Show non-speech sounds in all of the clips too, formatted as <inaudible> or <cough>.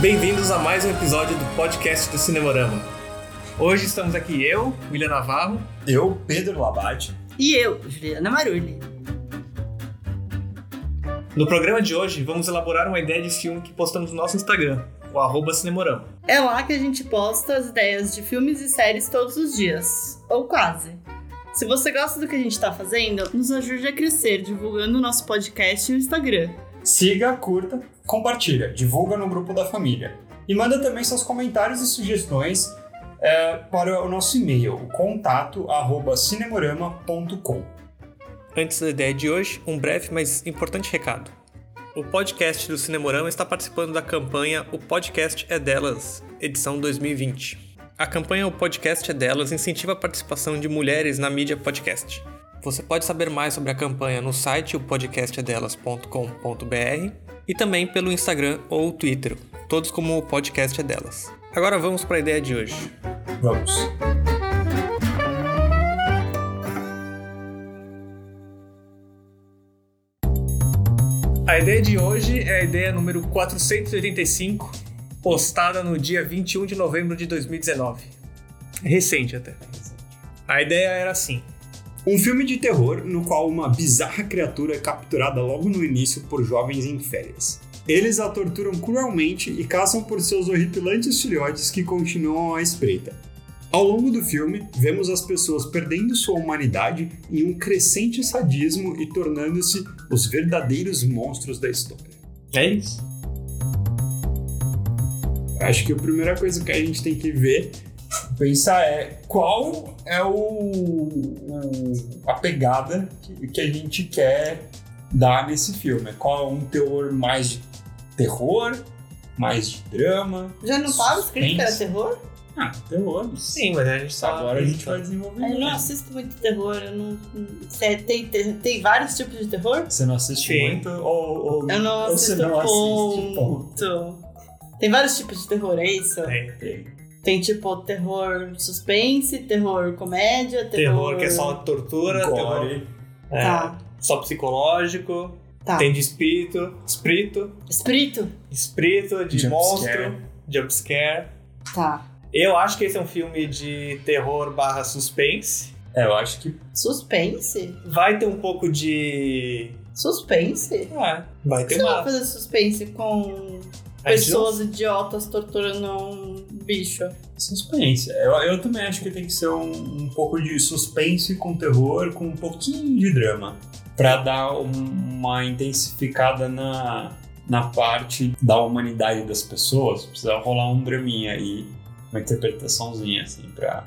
Bem-vindos a mais um episódio do podcast do Cinemorama. Hoje estamos aqui eu, William Navarro. Eu, Pedro Labate. E eu, Juliana Marulli. No programa de hoje, vamos elaborar uma ideia de filme que postamos no nosso Instagram, o arroba Cinemorama. É lá que a gente posta as ideias de filmes e séries todos os dias, ou quase. Se você gosta do que a gente tá fazendo, nos ajude a crescer divulgando o nosso podcast no Instagram. Siga, curta, compartilha, divulga no grupo da família. E manda também seus comentários e sugestões é, para o nosso e-mail, contato arroba cinemorama.com. Antes da ideia de hoje, um breve, mas importante recado. O podcast do Cinemorama está participando da campanha O Podcast é Delas, edição 2020. A campanha O Podcast é Delas incentiva a participação de mulheres na mídia podcast. Você pode saber mais sobre a campanha no site é opodcastedelas.com.br e também pelo Instagram ou Twitter, todos como O Podcast é Delas. Agora vamos para a ideia de hoje. Vamos. A ideia de hoje é a ideia número 485, postada no dia 21 de novembro de 2019. Recente até. A ideia era assim: Um filme de terror no qual uma bizarra criatura é capturada logo no início por jovens em férias. Eles a torturam cruelmente e caçam por seus horripilantes filhotes que continuam à espreita. Ao longo do filme, vemos as pessoas perdendo sua humanidade em um crescente sadismo e tornando-se os verdadeiros monstros da história. é isso? Acho que a primeira coisa que a gente tem que ver, pensar é qual é o, o- a pegada que, que a gente quer dar nesse filme. Qual é um teor mais de terror, mais de drama? Já não tava escrito que era Suspense. terror? Ah, terror. Sim, mas a gente sabe. Agora a gente vai desenvolver. Eu não mais. assisto muito terror, eu não. é, tem, tem, tem vários tipos de terror? Você não assiste Sim. muito ou, ou Eu não ou você assisto não assiste? ponto. ponto. Tem vários tipos de terror, é isso? É. Tem tipo terror suspense, terror comédia, terror. Terror que é só tortura, terror Gore. é, Tá. só psicológico, Tá. tem de espírito, espírito, Espírito? espírito, de Jump monstro, scare. jumpscare. Tá. Eu acho que esse é um filme de terror barra suspense. É, eu acho que Suspense? Vai ter um pouco de. Suspense? Ah, vai ter Você não vai uma. um. fazer suspense com A gente não- pessoas idiotas torturando um bicho. Suspense. É, Eu, eu também acho que tem que ser um, um pouco de suspense com terror, com um pouquinho de drama. Pra dar um- uma intensificada na, na parte da humanidade das pessoas, precisa rolar um draminha aí, uma interpretaçãozinha, assim, pra,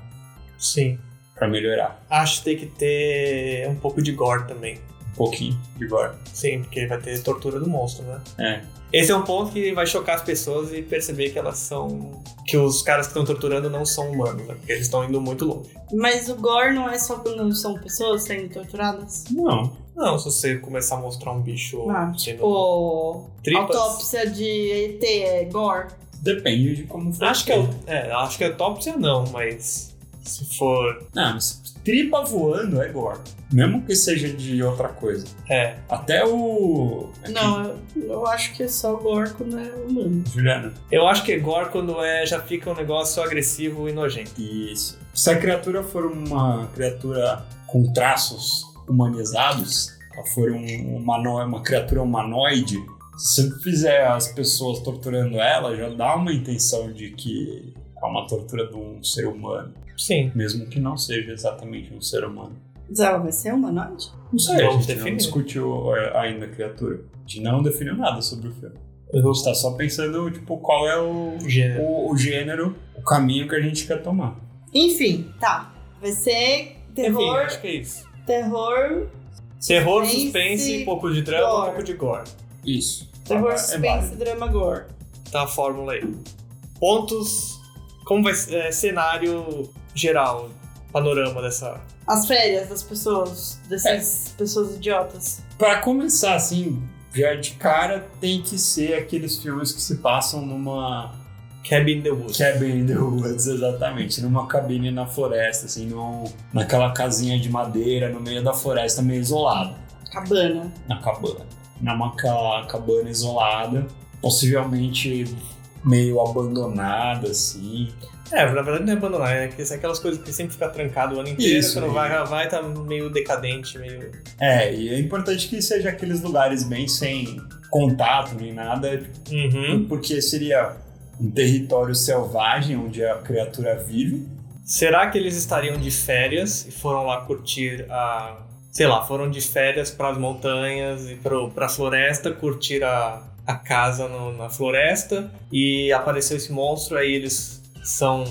Sim. pra melhorar Acho que tem que ter um pouco de gore também. um pouquinho de gore. Sim, porque vai ter tortura do monstro, né? É. Esse é um ponto que vai chocar as pessoas e perceber que elas são. que os caras que estão torturando não são humanos, né? Porque eles estão indo muito longe. Mas o gore não é só quando são pessoas sendo torturadas? Não. Não, se você começar a mostrar um bicho. Ah, sendo- Tipo, Tripas. autópsia de ET é gore? Depende de como for. Acho que é, o- é, acho que é autópsia não, mas. Se for. Não, mas tripa voando é gore. Mesmo que seja de outra coisa. É. Até o. Não, eu, eu acho que é só gore quando é humano. Juliana. Eu acho que é gore quando é, já fica um negócio agressivo e nojento. Isso. Se a criatura for uma criatura com traços humanizados, ela for um humano- uma criatura humanoide, se você fizer as pessoas torturando ela, já dá uma intenção de que é uma tortura de um ser humano, Sim. mesmo que não seja exatamente um ser humano. Zé, vai ser humanoide? Não sei, a Vamos gente definir. não discutiu é, ainda a criatura. A gente não definiu nada sobre o filme. A gente tá só pensando, tipo, qual é o, Gênero. o, o gênero, o caminho que a gente quer tomar. Enfim, tá. Vai ser Enfim, terror, acho que é isso. terror, Terror, Suspense, suspense, um pouco de drama, um gore. pouco de gore. Isso. terror, É suspense, drama, gore. Tá a fórmula aí. Pontos. Como vai ser é, cenário geral, panorama dessa. As férias das pessoas, dessas pessoas idiotas. Pra começar, assim, já de cara, tem que ser aqueles filmes que se passam numa Cabin in the Woods. cabin in the woods, exatamente, numa cabine na floresta, assim, num, naquela casinha de madeira no meio da floresta, meio isolado, Cabana. na cabana. Numa ca- cabana isolada, possivelmente meio abandonada, assim. É, na verdade não é abandonar, né? Porque são aquelas coisas que sempre fica trancado o ano inteiro, Isso, quando né? vai gravar tá meio decadente, meio. É, e é importante que seja aqueles lugares bem sem contato nem nada, Uhum. porque seria um território selvagem onde a criatura vive. Será que eles estariam de férias e foram lá curtir a. Sei lá, foram de férias pras montanhas e pro, pra floresta, curtir a, a casa no- na floresta e apareceu esse monstro, aí eles são.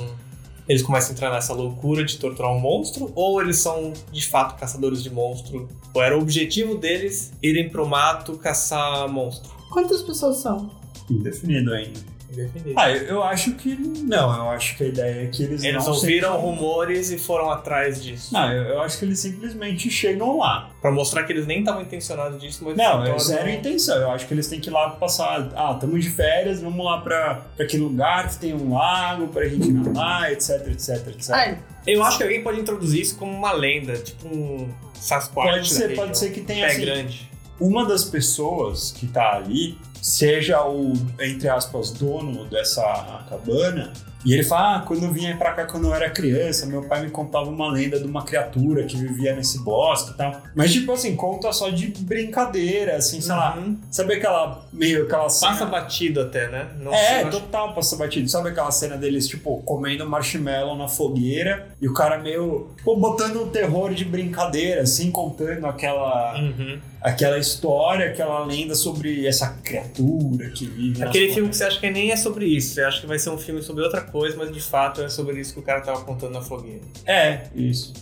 Eles começam a entrar nessa loucura de torturar um monstro, ou eles são de fato caçadores de monstro? Ou era o objetivo deles irem pro mato caçar monstro? Quantas pessoas são? Indefinido ainda. Indefinido. Ah, eu, eu acho que não, eu acho que a ideia é que eles, Eles não ouviram sejam- rumores e foram atrás disso. Não, eu, eu acho que eles simplesmente chegam lá. Pra mostrar que eles nem estavam intencionados disso, mas. Não, se é tornam- zero intenção. Eu acho que eles têm que ir lá passar. Ah, estamos de férias, vamos lá pra, pra aquele lugar que tem um lago pra gente nadar, etc, etc, etc. Ah, é Ai, Eu acho que alguém pode introduzir isso como uma lenda, tipo um Sasquatch. pode da ser, região. Um pode ser que tenha Pé assim, grande. uma das pessoas que tá ali seja o, entre aspas, dono dessa cabana. E ele fala, ah, quando eu vinha pra cá quando eu era criança, meu pai me contava uma lenda de uma criatura que vivia nesse bosque e tal. Mas, tipo assim, conta só de brincadeira, assim, sei lá. Uhum. Sabe aquela, meio aquela cena... Passa batido até, né? Não é, sei, eu acho- total, passa batido. Sabe aquela cena deles, tipo, comendo marshmallow na fogueira e o cara meio, tipo, botando um terror de brincadeira, assim, contando aquela Uhum. aquela história, aquela lenda sobre essa criatura que vive. nas Aquele florestas. filme que você acha que nem é sobre isso, você acha que vai ser um filme sobre outra coisa, mas de fato é sobre isso que o cara tava contando na fogueira. É, isso.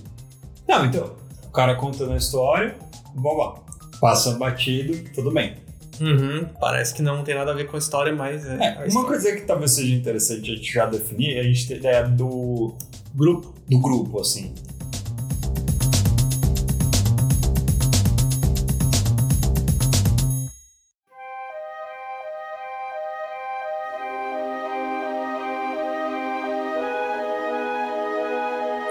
Não, então, o cara contando a história, vamos lá. Passa batido, tudo bem. Uhum. Parece que não tem nada a ver com a história, mas é. É, a uma história. coisa que talvez seja interessante a gente já definir, a gente ter ideia do grupo, do grupo, assim.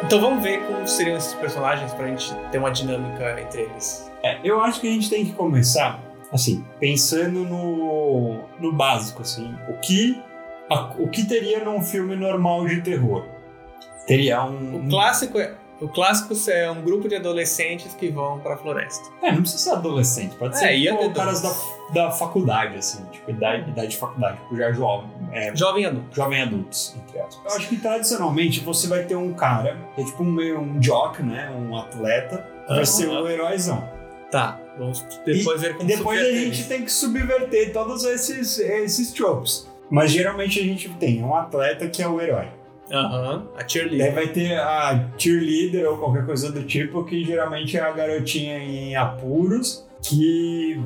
Então vamos ver como seriam esses personagens pra gente ter uma dinâmica entre eles. É, eu acho que a gente tem que começar, assim, pensando no, no básico, assim, o que, a- o que teria num filme normal de terror? Teria um... O um clássico é. O clássico é um grupo de adolescentes que vão pra floresta. É, não precisa ser adolescente, pode É, ser ia tipo, ter caras da, adultos. da faculdade, assim, tipo, idade, idade de faculdade, tipo, já jovem, é, Jovem adulto. jovem adultos, entre aspas. Eu acho que tradicionalmente você vai ter um cara, que é tipo um, meio- um jock, né, um atleta, que vai Aham. ser o heróizão. Tá, vamos depois ver E como depois a superar gente isso. tem que subverter todos esses, esses tropes. Mas geralmente a gente tem um atleta que é o herói. Aham, a E Daí cheerleader. vai ter a cheerleader ou qualquer coisa do tipo, que geralmente é a garotinha em apuros, que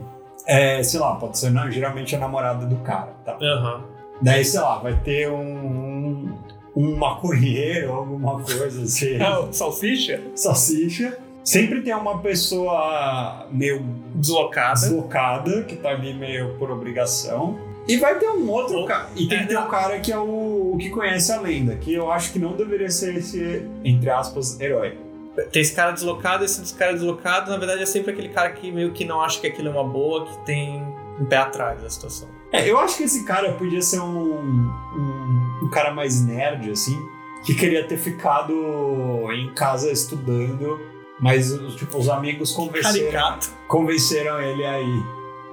é, sei lá, pode ser não, geralmente é a namorada do cara, tá? Aham. Daí, sei lá, vai ter um, um maconheiro ou alguma coisa assim, <laughs> É o salsicha? salsicha. Sempre tem uma pessoa meio Deslocada. deslocada, que tá ali meio por obrigação. E vai ter um outro Ou- cara. E tem é, que ter um cara que é o, o que conhece a lenda, que eu acho que não deveria ser esse, entre aspas, herói. Tem esse cara deslocado, esse cara deslocado, na verdade é sempre aquele cara que meio que não acha que aquilo é uma boa, que tem um pé atrás da situação. É, eu acho que esse cara podia ser um, um, um cara mais nerd, assim, que queria ter ficado em casa estudando, mas tipo, os amigos convenceram, Caricato. convenceram ele aí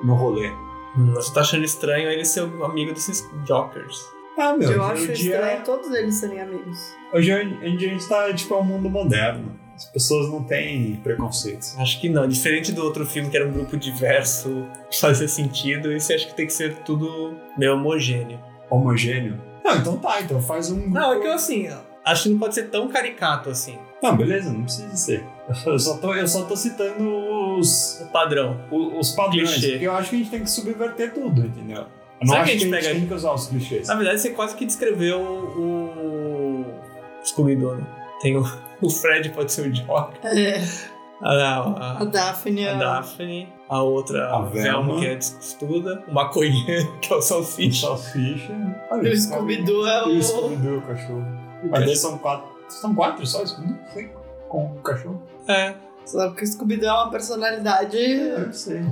no rolê. Hum, Você tá achando estranho ele ser um amigo desses Jokers. Ah, meu, eu hoje acho em dia- estranho todos eles serem amigos. Hoje em dia a gente tá, tipo, é um mundo moderno. As pessoas não têm preconceitos. Acho que não. Diferente do outro filme que era um grupo diverso, fazia sentido, esse acho que tem que ser tudo meio homogêneo. Homogêneo? Não, então tá, então faz um. Não, é que eu assim, acho que não pode ser tão caricato assim. Não, beleza, não precisa ser. Eu só tô, eu só tô citando os, O padrão. o- os padrões. Clichê. Porque eu acho que a gente tem que subverter tudo, entendeu? Eu não Sabe acho que a gente pega- tem que usar os clichês. Na <laughs> verdade, você quase que descreveu o. o Scooby-Doo, né? Tem o... <laughs> o Fred, pode ser o Joker. É, A, a- a Daphne. é um- a Daphne. A outra, A a Velma, Velma. que é de- estuda. O maconheiro, <laughs> que é o E Salsicha. salsicha. O Scooby-Doo é E o o. Scooby-Doo, o cachorro. Mas daí são quatro. São quatro só, Scooby-Doo? Não sei. Com o cachorro? É. Só que o Scooby-Doo é uma personalidade. sei.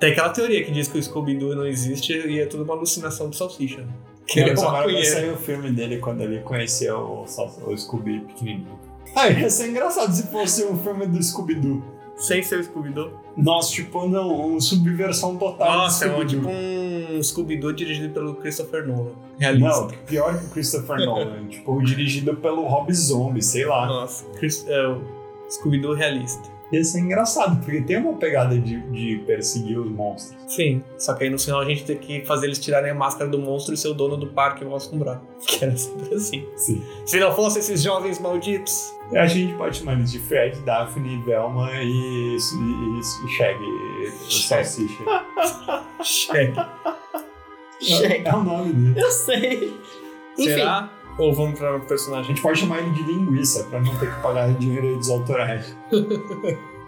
Tem aquela teoria que diz que o Scooby-Doo não existe e é tudo uma alucinação do Salsicha. Que ele é um agora vai maconheiro. sair o filme dele quando ele conheceu o, o Scooby pequenininho. <laughs> Ah, ia ser engraçado se fosse um filme do Scooby-Doo. Sem ser o Scooby-Doo. Nossa, tipo, não, um subversão total Nossa, é do um, Scooby-Doo. tipo um Scooby-Doo dirigido pelo Christopher Nolan. Não, Realista. pior que o Christopher Nolan. tipo, dirigido pelo Rob Zombie, sei lá. Nossa, Chris- é, o Scooby-Doo realista. Ia ser engraçado, porque tem uma pegada de, de perseguir os monstros. Sim, só que aí no final a gente tem que fazer eles tirarem a máscara do monstro e ser o dono do parque vão assombrar. <laughs> Que era sempre assim. Sim. Se não fossem esses jovens malditos. Eu acho que a gente pode chamar eles de Fred, Daphne, Velma e, e, e Shaggy, e Salsicha. Chega. Chega. É o nome dele. Eu sei. Enfim, Será? Ou vamos pra um A personagem? gente pode chamar ele de linguiça, pra não ter que pagar dinheiro dos <laughs> autorais.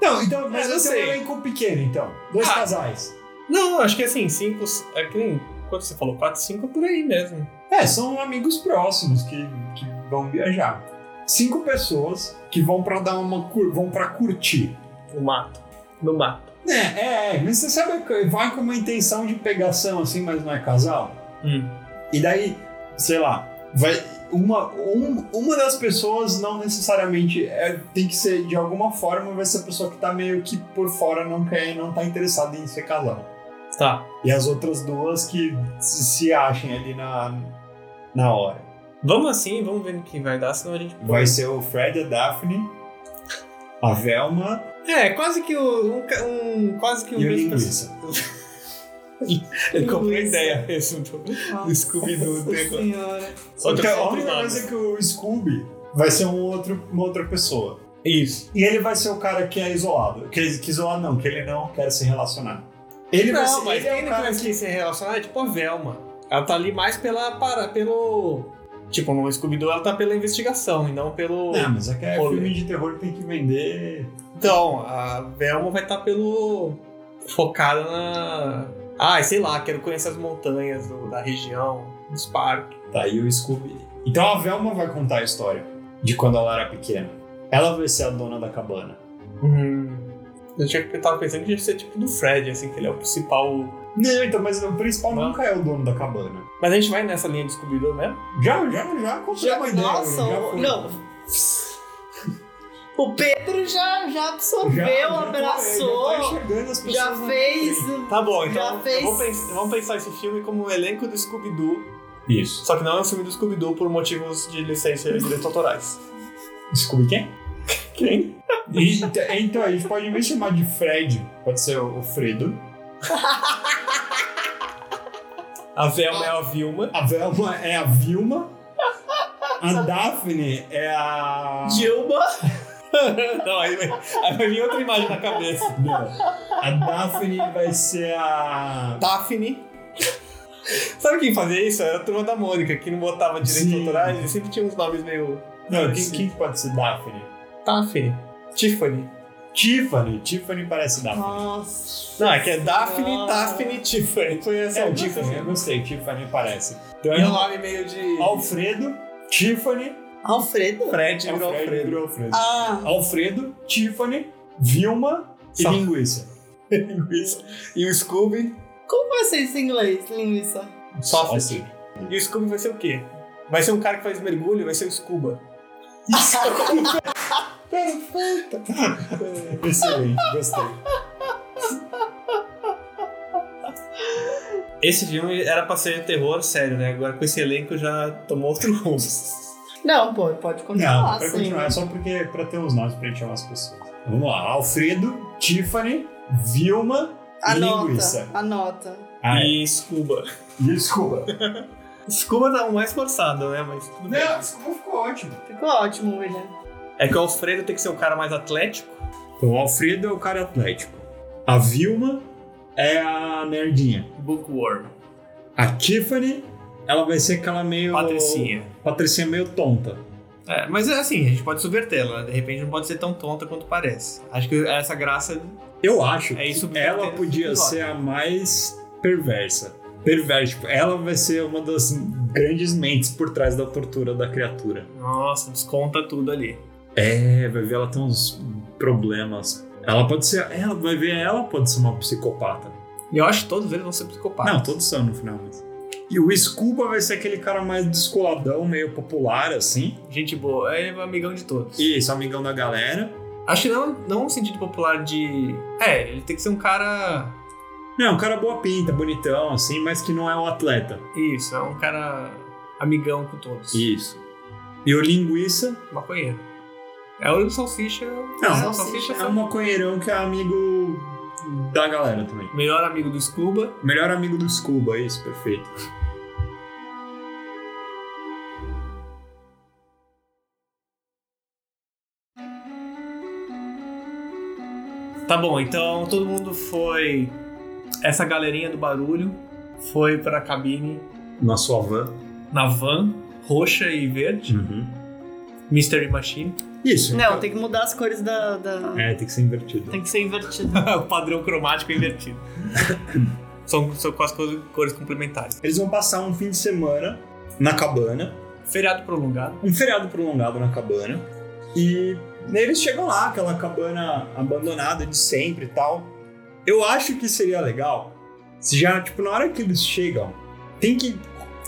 Não, então, mas É, eu você tem um sei. elenco pequeno, então. Dois Ah. casais. Não, acho que assim, cinco. É que nem. Quanto você falou? Quatro, cinco é por aí mesmo. É, são amigos próximos que, que vão viajar. Cinco pessoas que vão pra dar uma cur... vão pra curtir. No mato. No mato. É, é, é, mas você sabe que vai com uma intenção de pegação assim, mas não é casal? Hum. E daí, sei lá, vai uma, um- uma das pessoas não necessariamente é- tem que ser de alguma forma vai ser a pessoa que tá meio que por fora não quer não tá interessada em ser casal Tá. e as outras duas que se, se achem ali na na hora Vamos assim, vamos ver no que vai dar, senão a gente. vai ser o Fred a Daphne a Velma É, quase que o. Um, ca- um- quase que o e o mesmo Linguiça personagem. Ele comprou a Linguiça. ideia mesmo do, do Scooby-Doo. Nossa tem agora. senhora. Só que Então, eu a sou única privado. coisa é que o Scooby vai ser um outro, uma outra pessoa Isso. E ele vai ser o cara que é isolado. Que, que isolado não, que ele não quer se relacionar. Ele vai não, ser, mas ele é quem o não cara conhece que... quem se relaciona é tipo a Velma. Ela tá ali mais pela. Para, pelo. Tipo, no Scooby-Doo ela tá pela investigação e não pelo. Não, mas é que é Olê. filme de terror tem que vender. Então, a Velma vai estar pelo. focada na. Ai, sei lá, quero conhecer as montanhas do- da região, dos parques. Tá aí o Scooby. Então a Velma vai contar a história de quando ela era pequena. Ela vai ser a dona da cabana. Eu tinha eu tava pensando que ia ser tipo do Fred, assim, que ele é o principal. Não, então, mas o principal Não. nunca é o dono da cabana. Mas a gente vai nessa linha de Scooby-Doo mesmo? Já, já, já comprei Já- uma ideia. Nossa, já o- foi. não. O Pedro já, já Já- absorveu, já tô- Já, tô abraçou, enxergando as pessoas já na fez. frente. Tá bom, Já então. fez- Vamos, pensar, vamos pensar esse filme como o elenco do Scooby-Doo. Isso. Só que não é um filme do Scooby-Doo por motivos de licença e direitos autorais. Scooby quem? Quem? E- Então, a gente pode me chamar de Fred, pode ser o o Fredo. A Velma é a Vilma. <laughs> A Velma é a Vilma. A Daphne é a. Dilma. não, aí vai, aí vai vir outra imagem na cabeça. Não. A Daphne vai ser a. Daphne. <laughs> Sabe quem fazia isso? Era a turma da Mônica, que não botava direitos Sim. autorais e sempre tinha uns nomes meio. Não, quem, quem que pode ser Daphne? Daphne. Tiffany. Tiffany. Tiffany parece Daphne. Nossa. Não, é que é Daphne, Senhora. Daphne, Tiffany. Foi essa é, a o dica. Tiffany, eu gostei. Tiffany parece. Então É é um nome meio de. Alfredo, Tiffany. Alfredo? Fred virou Alfredo. Alfredo. virou Alfredo. Ah, Alfredo, Tiffany, Vilma e Só- Linguiça. E o Scooby. como vai ser isso em inglês, linguiça? Sausage. E o Scooby vai ser o quê? Vai ser um cara que faz mergulho, vai ser o Scuba. Excelente, gostei. Esse filme era pra ser terror sério, né? Agora com esse elenco já tomou outro <laughs> rumo. Não, pô, pode Não, continuar pra assim. continuar, é só porque é pra ter os nomes pra gente chamar as pessoas. Vamos lá, Alfredo, Tiffany, Vilma e Anota, Linguiça. anota. e... E Scuba. <laughs> Desculpa. Scuba tá o mais forçado, né? Mas tudo bem. Não, desculpa, ficou ótimo. Ficou ótimo, William. É que o Alfredo tem que ser um cara mais atlético. Então, o Alfredo é o cara atlético. A Vilma é a nerdinha. Bookworm. A Tiffany, ela vai ser aquela meio... Patricinha meio tonta. É, mas é assim, a gente pode subvertê-la. né? De repente não pode ser tão tonta quanto parece. Acho que essa graça. <laughs> Eu acho É isso que que ela tem no podia episódio. ser a mais perversa. Perversa. Tipo, ela vai ser uma das grandes mentes por trás da tortura da criatura. Nossa, desconta tudo ali. É, vai ver ela tem uns problemas. Ela pode ser. é, Ela vai ver ela pode ser uma psicopata. E eu acho que todos eles vão ser psicopatas. Não, todos são no final, mas. E o Scuba vai ser aquele cara mais descoladão, meio popular, assim. Gente boa, ele é amigão de todos. Isso, amigão da galera. Acho que não, não um sentido popular de. É, ele tem que ser um cara. Não, um cara boa pinta, bonitão, assim, mas que não é um atleta. Isso, é um cara amigão com todos. Isso. E o Linguiça Maconheiro. É o Salsicha. Não, o Salsicha é é um o maconheirão que é amigo da galera também. melhor amigo do Scuba. Melhor amigo do Scuba, isso, perfeito. Tá bom, então todo mundo foi. Essa galerinha do barulho foi pra cabine Na sua van. na van, roxa e verde, Mystery Machine. Isso. Não, tem que mudar as cores da. da- É, tem que ser invertido. Tem que ser invertido. É o padrão cromático <laughs> invertido. são, são com as co- cores complementares. Eles vão passar um fim de semana na cabana. Feriado prolongado. um feriado prolongado na cabana. E eles chegam lá, aquela cabana abandonada de sempre e tal. Eu acho que seria legal se já, tipo, na hora que eles chegam, tem que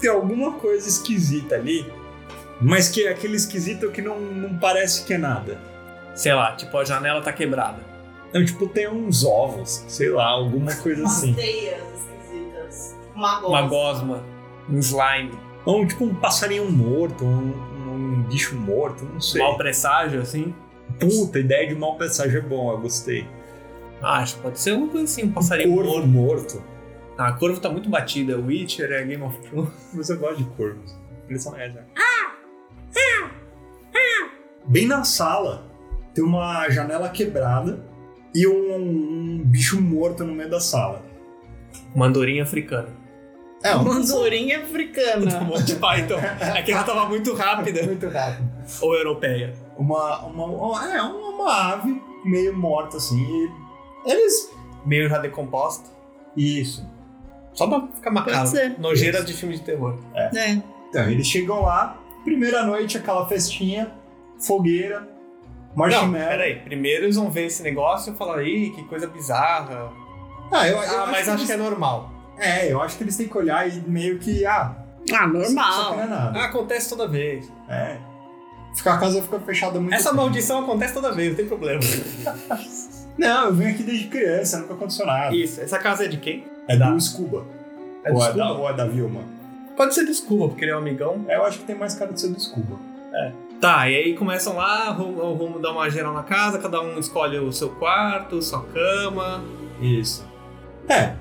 ter alguma coisa esquisita ali, mas que é aquele esquisito que não, não parece que é nada. Sei lá, tipo, a janela tá quebrada. Então, tipo, tem uns ovos, sei lá, alguma coisa assim. teias esquisitas. Uma Uma gosma, um slime, Ou, tipo, um passarinho morto, um, um bicho morto, não sei. mau presságio, assim. Puta, ideia de mau presságio é bom, eu gostei. Ah, Acho que pode ser alguma coisa assim, um passarinho morto. Corvo morto. Ah, a corvo tá muito batida. Witcher é Game of Thrones. Mas eu gosto de corvos. Eles são legais, né? Bem na sala, tem uma janela quebrada e um, um bicho morto no meio da sala. Mandorinha africana. É, Mandorinha africana. Monty Python. É que ela tava muito rápida. muito rápido. Ou europeia. Uma, uma, é, uma, uma ave meio morta assim. E eles. Meio já decomposta. Isso. Só pra ficar Pode macabro. ser. Nojeira de filme de terror. É. Então, eles chegam lá, primeira noite, aquela festinha, fogueira, Não, marshmallow. peraí. Primeiro eles vão ver esse negócio e falar, ih, que coisa bizarra. ah, eu, eu Ah, mas acho eles- que é normal. É, eu acho que eles têm que olhar e meio que. Ah, Ah, isso aqui não é normal. nada. Ah, acontece toda vez. É. Ficar a casa fica fechada muito. Essa tempo. maldição acontece toda vez, não tem <laughs> problema. Não, eu venho aqui desde criança, nunca aconteceu nada. Isso. Essa casa é de quem? É Tá. do Scuba. É do ou, é Scuba? da, ou é da Vilma. Pode ser do Scuba, porque ele é um amigão. É, eu acho que tem mais cara de ser do Scuba. Tá, e aí começam lá, o rumo dá uma geral na casa, cada um escolhe o seu quarto, sua cama. Isso. É,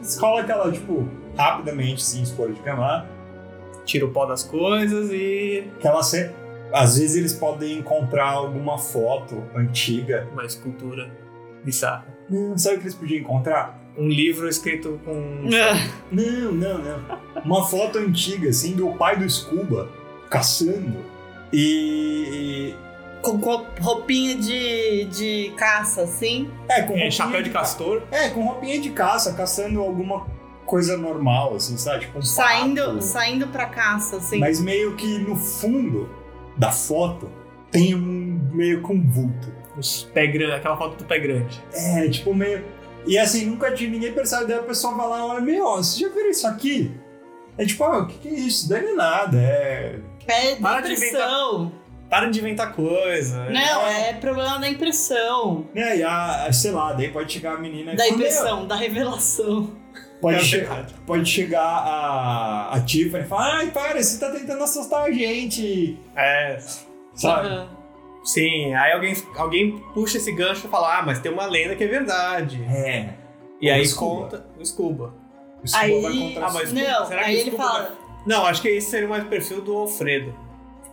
escola aquela, tipo, rapidamente, sim, escolha de cama. tira o pó das coisas e. Aquela ser. Às vezes eles podem comprar alguma foto antiga. Uma escultura bizarra. Não, sabe o que eles podiam encontrar? Um livro escrito com. Ah, Não, não, não. Uma foto antiga, assim, do pai do Scuba caçando. E, e <laughs> Com co- roupinha de, de caça, assim. É, com é, roupinha chapéu de ca- castor. É, com roupinha de caça, caçando alguma coisa normal, assim, sabe? Tipo um Saindo, pato. saindo pra caça, assim. Mas meio que no fundo da foto tem um meio com um vulto. Os pé grande, aquela foto do pé grande. É, tipo meio. E assim, nunca tive, ninguém percebe, daí a pessoa vai lá e olha, meu, ó, vocês já viram isso aqui? É tipo, ah, o que, que é isso? Daí não é nada, é. É Para de impressão. Para de inventar coisa. Não, é problema da impressão. Né? E a, a- sei lá, daí pode chegar a menina e Da falar, "Meu, impressão, da revelação. Pode, É che- verdade. pode chegar a, a Tiffany e falar, ai, para, você tá tentando assustar a gente. É. Sabe? Aham. Sim, aí alguém, alguém puxa esse gancho e fala: Ah, mas tem uma lenda que é verdade. É. E aí O Scuba. conta o Scuba. O Scuba vai Aí, contra Ah, mas não, será que aí o ele Scuba fala, Não, acho que esse seria mais o perfil do Alfredo.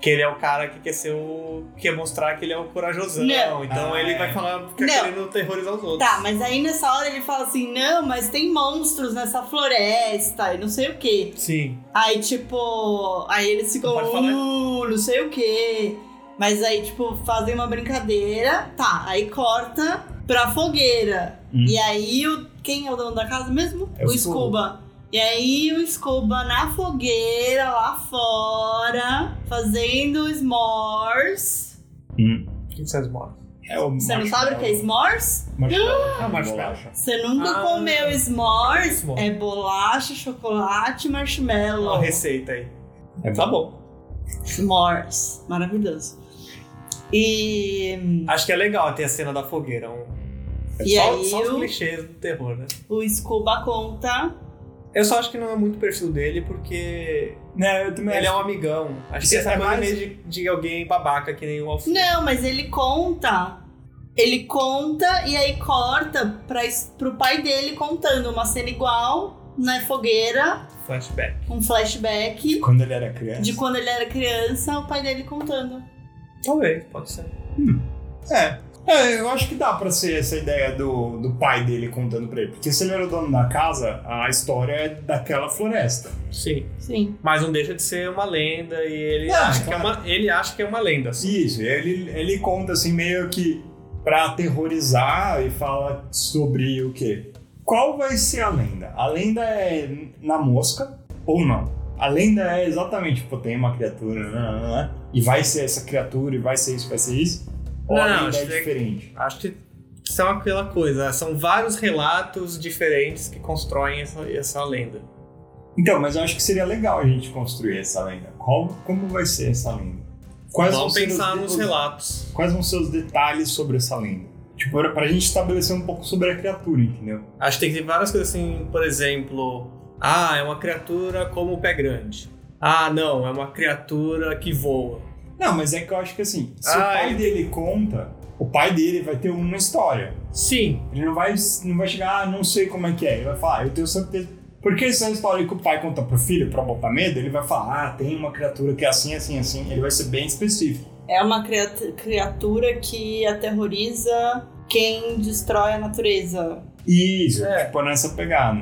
Que ele é o cara que quer ser o. quer mostrar que ele é o corajosão. Não. Então Ah, ele é. vai falar ficar Não. querendo terrorizar os outros. tá, mas aí nessa hora ele fala assim, não, mas tem monstros nessa floresta e não sei o quê. Sim. Aí, tipo, aí eles ficam, Pode falar. "Uh, não sei o quê. Mas aí, tipo, fazem uma brincadeira, tá, aí corta pra fogueira. Hum. E aí, o, quem é o dono da casa mesmo? É o o Scuba. E aí, o Scuba na fogueira, lá fora, fazendo s'mores. O que vocês moram? É o Você não sabe o que é s'mores? marshmallow. Ah, marshmallow. Bolacha. Você nunca Ah. comeu s'mores? S'mores. É bolacha, chocolate e Ó, a marshmallow. receita aí. É Tá bom. S'mores. Maravilhoso. E Acho que é legal ter a cena da fogueira. Um... E só, aí só os o- clichês do terror, né? o Scuba conta. Eu só acho que não é muito o perfil dele, porque Né, eu também ele é um amigão. Acho Isso que é essa coisa mais- meio de, de alguém babaca que nem o Alfredo. Não, mas ele conta. Ele conta e aí corta pra, es- pro pai dele contando uma cena igual na fogueira, Flashback. um flashback Quando ele era criança. de quando ele era criança, o pai dele contando. Talvez, pode ser. É. É, Eu acho que dá pra ser essa ideia do, do pai dele contando pra ele. porque se ele era o dono da casa, a história é daquela floresta. Sim. Sim. Mas não deixa de ser uma lenda e ele, Ah, acha, que é uma, ele acha que é uma lenda. assim. Isso, ele, ele conta assim meio que pra aterrorizar e fala sobre o quê? Qual vai ser a lenda? A lenda é na mosca ou não? A lenda é exatamente, pô, tem uma criatura, né, né, né, e vai ser essa criatura, e vai ser isso, vai ser isso. Ou Não, a lenda é acho que- diferente. Acho que são aquela coisa. né? São vários relatos diferentes que constroem essa, essa lenda. Então, mas eu acho que seria legal a gente construir essa lenda. Qual, como vai ser essa lenda? Quais vão Vamos ser os pensar de- nos os- relatos. Quais vão ser os detalhes sobre essa lenda? Tipo, pra, pra gente estabelecer um pouco sobre a criatura, entendeu? Acho que tem que ter várias coisas assim, por exemplo, ah, é uma criatura como o pé grande. Ah, não, é uma criatura que voa. Não, mas é que eu acho que assim, se o Ah, pai ele dele conta, o pai dele vai ter uma história. Sim, Ele não vai, não vai chegar, ah, não sei como é que é. Ele vai falar, ah, eu tenho certeza. Porque essa é a história que o pai conta pro filho pra botar medo, ele vai falar, ah, tem uma criatura que é assim, assim, assim. Ele vai ser bem específico. É uma criat- criatura que aterroriza quem destrói a natureza. Isso, É. tipo, nessa pegada.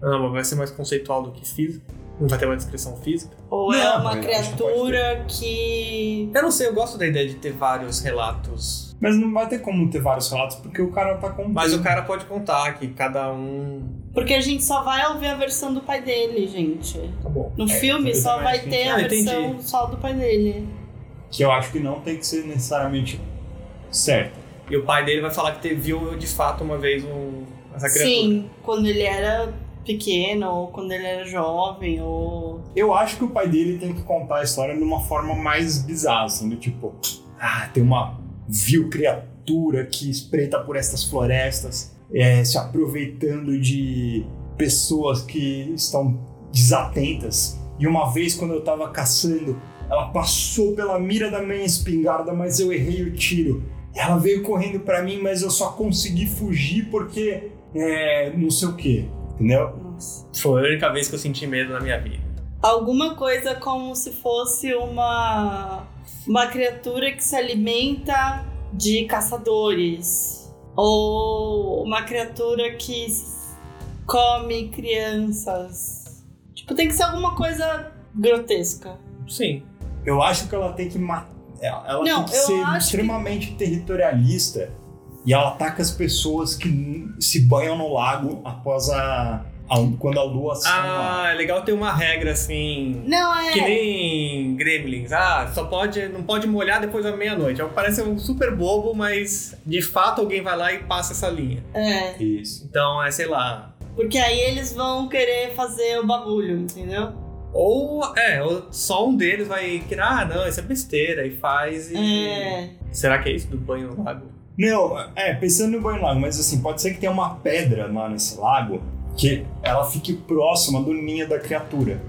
Não, Ah, mas vai ser mais conceitual do que físico. Não vai ter uma descrição física. Ou é Não, uma mas acho que pode criatura que. Eu não sei, eu gosto da ideia de ter vários relatos. Mas não vai ter como ter vários relatos, porque o cara tá contando. Mas o cara pode contar que cada um. Porque a gente só vai ouvir a versão do pai dele, gente. Tá bom. No filme eu só também vai acho que- ter a Ah, entendi. versão só do pai dele. Que eu acho que não tem que ser necessariamente certo. E o pai dele vai falar que te viu de fato uma vez um, essa criatura. Sim, quando ele era pequeno, ou quando ele era jovem, ou. Eu acho que o pai dele tem que contar a história de uma forma mais bizarra, assim, do tipo, ah, tem uma vil criatura que espreita por estas florestas, é, se aproveitando de pessoas que estão desatentas. E uma vez, quando eu tava caçando, ela passou pela mira da minha espingarda, mas eu errei o tiro. Ela veio correndo pra mim, mas eu só consegui fugir porque, é, não sei o que, entendeu? Nossa. Foi a única vez que eu senti medo na minha vida. Alguma coisa como se fosse uma. Uma criatura que se alimenta de caçadores. Ou uma criatura que s- come crianças. Tipo, tem que ser alguma coisa grotesca. Sim. Eu acho que ela tem que matar. Ela ela Não, tem que eu ser acho extremamente territorialista e ela ataca as pessoas que n- se banham no lago após a. a- quando a lua sai no lago. Ah, é legal ter uma regra assim. Não, é. Que nem Gremlins. Ah, só pode. Não pode molhar depois da meia-noite. É o que Parece um super bobo, mas de fato alguém vai lá e passa essa linha. É. Isso. Então é, sei lá. Porque aí eles vão querer fazer o bagulho, entendeu? Ou é, ou só um deles vai querer, ah, não, isso é besteira, e faz e. É. Será que é isso do banho no lago? Não, é, pensando no banho no lago, mas assim, pode ser que tenha uma pedra lá nesse lago que ela fique próxima do ninho da criatura.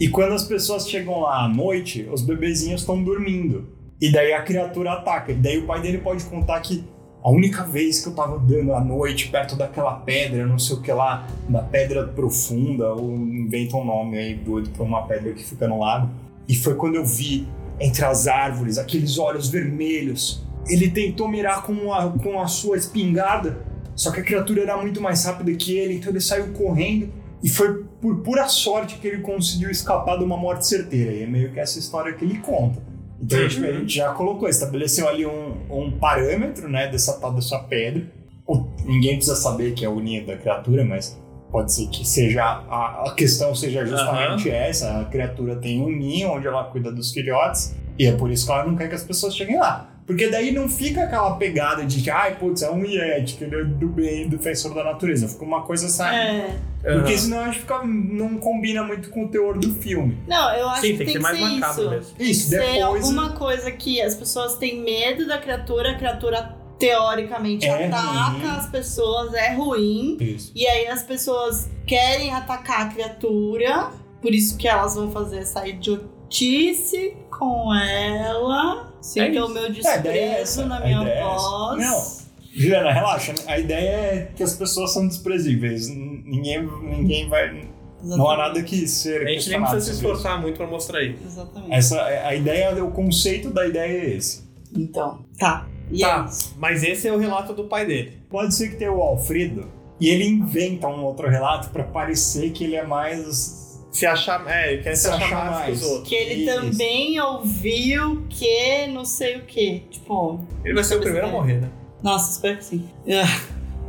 E quando as pessoas chegam lá à noite, os bebezinhos estão dormindo. E daí a criatura ataca. E daí o pai dele pode contar que a única vez que eu tava andando à noite perto daquela pedra, não sei o que lá, da pedra profunda, ou inventa um nome aí doido pra uma pedra que fica no lago. E foi quando eu vi entre as árvores aqueles olhos vermelhos ele tentou mirar com a, com a sua espingarda, só que a criatura era muito mais rápida que ele, então ele saiu correndo e foi por pura sorte que ele conseguiu escapar de uma morte certeira. E é meio que essa história que ele conta. Então a, gente, a gente já colocou, estabeleceu ali um, um parâmetro, né, dessa tal dessa pedra. O- ninguém precisa saber que é o ninho da criatura, mas pode ser que seja a, a questão seja justamente essa. A criatura tem um ninho onde ela cuida dos filhotes e é por isso que ela não quer que as pessoas cheguem lá. Porque daí não fica aquela pegada de que, ai, putz, é um Yeti, que ele é do bem, defensor da natureza. Fica uma coisa Ah. sabe? É. Porque senão acho que fica, não combina muito com o teor do filme. Não, eu acho Sim, que tem que ser que mais macabro isso. mesmo. Isso, Ser depois. alguma coisa que as pessoas têm medo da criatura, a criatura teoricamente É ataca ruim. as pessoas, é ruim. Isso. E aí as pessoas querem atacar a criatura, por isso que elas vão fazer essa idiotice com ela. É Sinto o isso. meu É, a ideia é desprezo essa, na a minha ideia é essa. voz. Não. Juliana, relaxa. A ideia é que as pessoas são desprezíveis. N- Ninguém, ninguém vai. Não há nada que ser. A gente nem questionado precisa se sobre isso. esforçar muito pra mostrar isso. Exatamente. Essa, é, a ideia, o conceito da ideia é esse. Então, tá. E Tá, é isso. mas esse é o relato do pai dele. Pode ser que tenha o Alfredo e ele inventa um outro relato pra parecer que ele é mais. Se achar. É, ele quer se, Se achar achar mais que os mais. outros. Que ele Isso. também ouviu que não sei o que. Tipo, Ele vai ser o primeiro a morrer, né? nossa, espero que sim.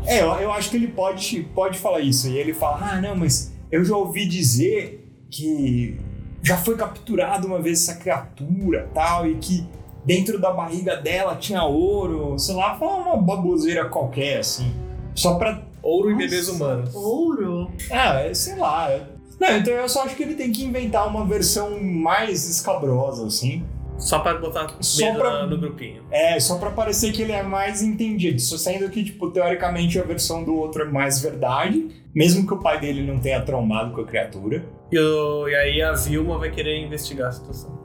É, eu, eu acho que ele pode, pode falar isso. E ele fala: Ah, não, mas eu já ouvi dizer que já foi capturada uma vez essa criatura tal, e que dentro da barriga dela tinha ouro, sei lá, fala uma baboseira qualquer, assim. Só pra. Ouro Nossa. e bebês humanos. Ouro? Ah, sei lá. Não, então eu só acho que ele tem que inventar uma versão mais escabrosa, assim. Só pra botar medo Só pra- na- no grupinho. É, só pra parecer que ele é mais entendido. Só sendo que, tipo, teoricamente a versão do outro é mais verdade. Mesmo que o pai dele não tenha trombado com a criatura. E, o- e aí a Vilma vai querer investigar a situação.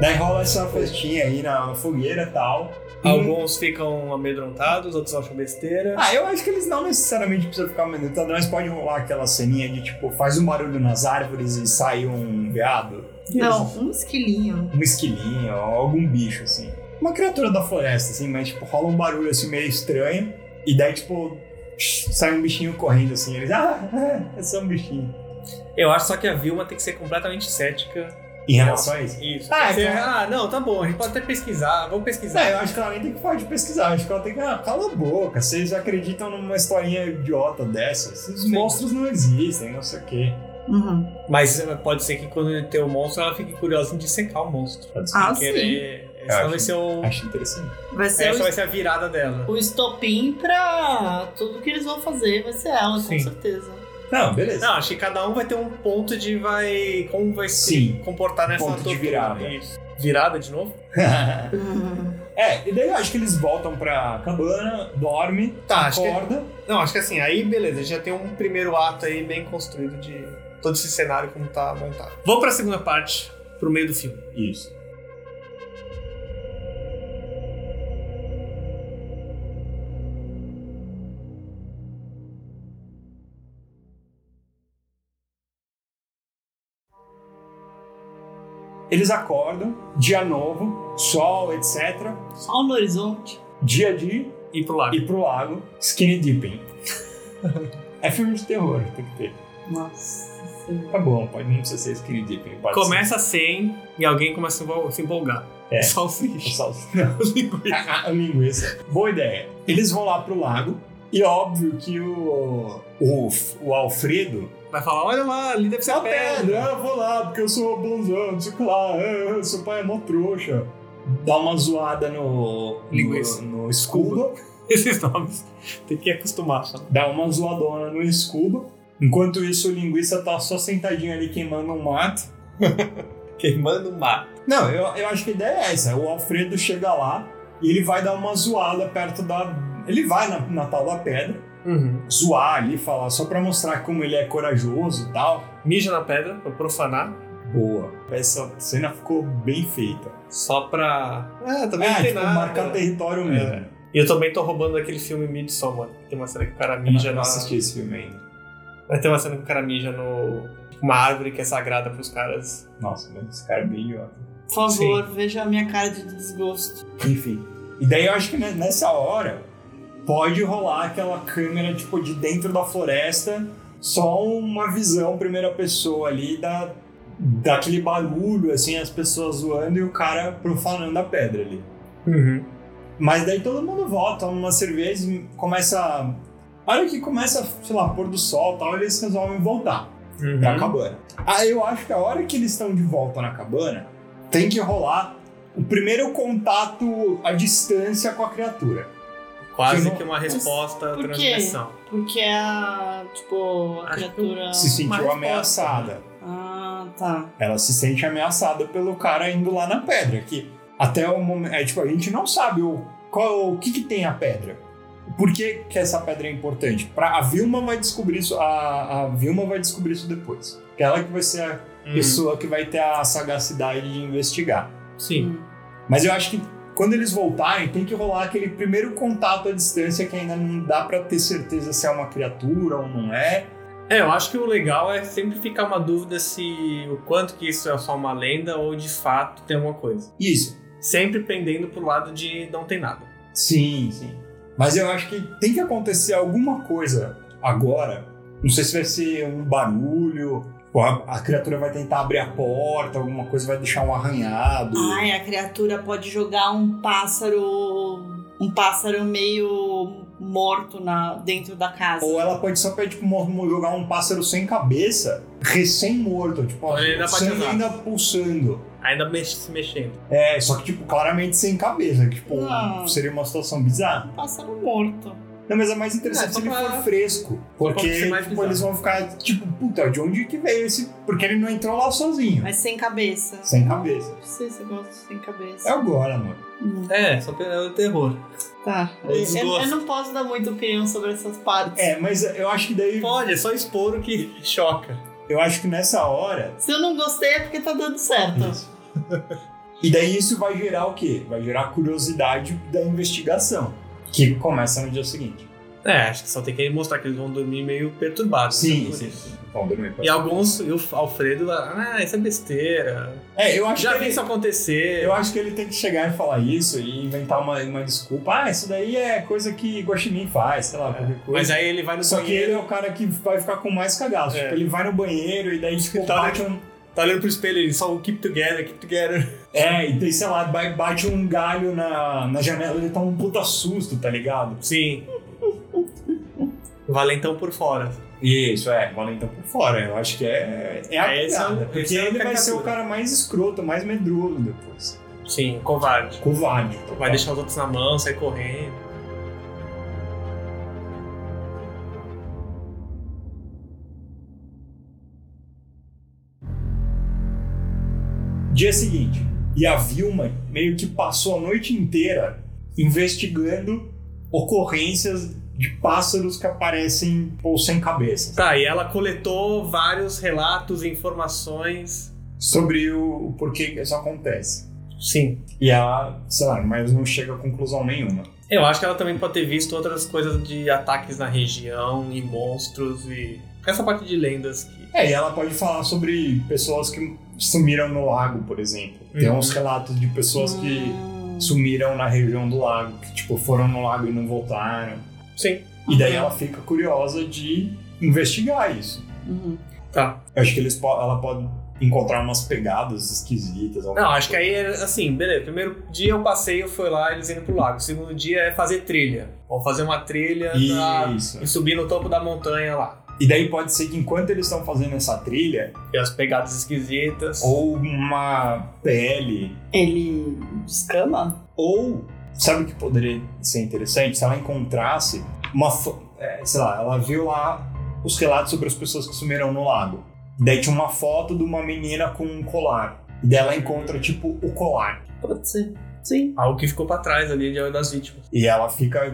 Daí rola essa festinha aí na fogueira e tal. Alguns ficam amedrontados, outros acham besteira. Ah, eu acho que eles não necessariamente precisam ficar amedrontados, mas pode rolar aquela ceninha de tipo, faz um barulho nas árvores e sai um veado. Não, um esquilinho. Um esquilinho, ou algum bicho, assim. Uma criatura da floresta, assim, mas tipo, rola um barulho assim meio estranho. E daí, tipo, sai um bichinho correndo assim. Eles, ah, <laughs> é só um bichinho. Eu acho só que a Vilma tem que ser completamente cética. Em relação a isso? Isso. Ah, Tem que ser, cara. ah, não, tá bom, a gente pode até pesquisar, vamos pesquisar. Não, é, eu acho que ela nem tem que falar de pesquisar, eu acho que ela tem que. Ah, cala a boca, vocês acreditam numa historinha idiota dessa? Esses Sim. monstros não existem, não sei o quê. Uhum. Mas eh, pode ser que quando tem o monstro, ela fique curiosa em dissecar o monstro. Pode ser. Ah, Sem sim. querer. Essa Eu vai acho- ser o. Tá Acho interessante. Vai ser Essa o, vai ser a virada dela. o estopim pra tudo que eles vão fazer. Vai ser ela, Sim. com certeza. Não, beleza. Não, acho que cada um vai ter um ponto de vai. como vai se Sim. comportar nessa Ponto de tortura. virada. Isso. Virada de novo? Uhum. é, e daí eu acho que eles voltam pra cabana, dorme, Tá, acorda. Não, acho que assim, aí beleza, já tem um primeiro ato aí bem construído de todo esse cenário como tá montado. Vamos pra segunda parte, pro meio do filme. Isso. Eles acordam, dia novo, sol, etc. Só no horizonte. Dia de E pro lado. ir pro lago, skinny dipping. é filme de terror, tem que ter. Nossa senhora. Tá bom, pode não precisa ser skinny dipping. Pode Começa sem e alguém começa a se embol- se empolgar. É. <laughs> ser Salsicha. salsa. A linguiça. Boa ideia. Eles vão lá pro lago. E é óbvio que o, o, o Alfredo. Vai falar, olha lá, ali deve ser a pedra. Ah, eu vou lá, porque eu sou bonzão, não sei o que lá. ah, ah, seu pai é mó trouxa. Dá uma zoada no. Linguiça. No, no escudo. Esses nomes tem que acostumar. sabe? Dá uma zoadona no escudo. Enquanto isso, o linguiça tá só sentadinho ali queimando um mato. Queimando o mar. Não, eu, eu acho que a ideia é essa. O Alfredo chega lá e ele vai dar uma zoada perto da. Ele vai na, na tal da pedra, Uhum. zoar ali, falar, só pra mostrar como ele é corajoso e tal. Mija na pedra pra profanar. Boa. Essa cena ficou bem feita. Só pra. Ah, também é, não tem tipo, nada. marcar território mesmo. É. E eu também tô roubando aquele filme Midsommar. que Tem uma cena que o cara Eu não, mija eu não na. assisti esse filme ainda. Vai ter uma cena que o cara mija no. Uma árvore que é sagrada pros caras. Nossa, mas esse cara é bem idiota. Por favor, veja a minha cara de desgosto. Enfim. E daí eu acho que ne- nessa hora pode rolar aquela câmera, tipo, de dentro da floresta, só uma visão primeira pessoa ali da, daquele barulho, assim, as pessoas zoando e o cara profanando a pedra Uhum. ali. Mas daí todo mundo volta, toma uma cerveja e começa a A hora que começa, sei lá, pôr do sol e tal, eles resolvem voltar Uhum. pra cabana. Aí eu acho que a hora que eles estão de volta na cabana, tem que rolar o primeiro contato à distância com a criatura. Quase Eu não- que uma resposta à Por quê? transmissão. Porque é a. Tipo, a Acho criatura. Se sentiu Uma resposta, ameaçada. Ah, tá. Ela se sente ameaçada pelo cara indo lá na pedra, que até o momento. É tipo, a gente não sabe o, qual, o que, que tem a pedra. Por que, que essa pedra é importante? Pra, a Vilma vai descobrir isso. A, a Vilma vai descobrir isso depois. Que é ela que vai ser a Hum, pessoa que vai ter a sagacidade de investigar. Sim. Hum. Mas eu acho que quando eles voltarem, tem que rolar aquele primeiro contato à distância que ainda não dá pra ter certeza se é uma criatura ou não é. É, eu acho que o legal é sempre ficar uma dúvida se o quanto que isso é só uma lenda ou de fato tem alguma coisa. Isso. Sempre pendendo pro lado de não tem nada. Sim, sim. Mas eu acho que tem que acontecer alguma coisa agora. Não sei se vai ser um barulho, ou a, a criatura vai tentar abrir a porta, alguma coisa vai deixar um arranhado. Ai, a criatura pode jogar um pássaro. Um pássaro meio morto na, dentro da casa. Ou ela pode só pegar, tipo, mo- jogar um pássaro sem cabeça, recém-morto, tipo, Olha, ainda o sangue batizado. ainda pulsando. Ainda mex- se mexendo. É, só que, tipo, claramente sem cabeça, que, tipo, Não. seria uma situação bizarra. Um pássaro morto. Não, mas é mais É, interessante só se ele pra- for fresco. pra Porque, ser mais tipo, bizarro. eles vão ficar, tipo, puta, de onde que veio esse... Porque ele não entrou lá sozinho. Mas sem cabeça. Sem cabeça. Não sei se eu gosto de sem cabeça. É um agora, mano. Hum, É, só é o terror. Tá. É Eu, desgosto. eu não posso dar muita opinião sobre essas partes. É, mas eu acho que daí... Pode, é só expor o que <laughs> choca. Eu acho que nessa hora... Se eu não gostei é porque tá dando certo. E daí isso vai gerar o quê? Vai gerar a curiosidade da investigação. Que começa no dia seguinte. É, acho que só tem que mostrar que eles vão dormir meio perturbados. né? sim. Bom, dormir pra- E alguns, e o Alfredo, ah, isso é besteira. É, eu acho Já que vi ele- isso acontecer. Eu acho que ele tem que chegar e falar isso e inventar uma, uma desculpa. Ah, isso daí é coisa que Guaxinim faz, sei lá, qualquer coisa. Mas aí ele vai no Só que ele banheiro, é o cara que vai ficar com mais cagaço. É. Tipo, ele vai no banheiro e daí, tipo, Tá bate um... tá olhando pro espelho ele só o keep together, keep together. É, e daí, sei lá, ba- bate um galho na, na janela ele tá um puta susto, tá ligado? Sim. Valentão por fora. Isso, é. Valentão por fora. Eu acho que é... É a É, esse é o- piada, esse Porque é o ele vai ser o caricatura. cara mais escroto, mais medroso depois. Sim, covarde. Covarde. Vai deixar os outros na mão, sair correndo. Dia seguinte. E a Vilma meio que passou a noite inteira investigando ocorrências de pássaros que aparecem ou sem cabeça. Tá, e ela coletou vários relatos e informações. Sobre o, o porquê que isso acontece. Sim. E ela, sei lá, mas não chega a conclusão nenhuma. Eu acho que ela também pode ter visto outras coisas de ataques na região e monstros e. Essa parte de lendas que. É, e ela pode falar sobre pessoas que sumiram no lago, por exemplo. Tem Uhum. uns relatos de pessoas que Hum. sumiram na região do lago, que tipo foram no lago e não voltaram. Sim. E daí ela fica curiosa de investigar isso. Uhum. Tá. Eu acho que eles po- ela pode encontrar umas pegadas esquisitas. Não, acho que aí é assim, beleza. Primeiro dia o passeio foi lá, eles indo pro lago. Segundo dia é fazer trilha. Vão fazer uma trilha é pra- Isso. e subir no topo da montanha lá. E daí pode ser que enquanto eles estão fazendo essa trilha, E as pegadas esquisitas. ou uma pele, Ele descama? ou sabe o que poderia ser interessante? Se ela encontrasse uma, fo- é, sei lá, ela viu lá os relatos sobre as pessoas que sumiram no lago. Daí tinha uma foto de uma menina com um colar. E daí ela encontra tipo o colar. Pode ser. Sim. Algo que ficou pra trás ali de- das vítimas. E ela fica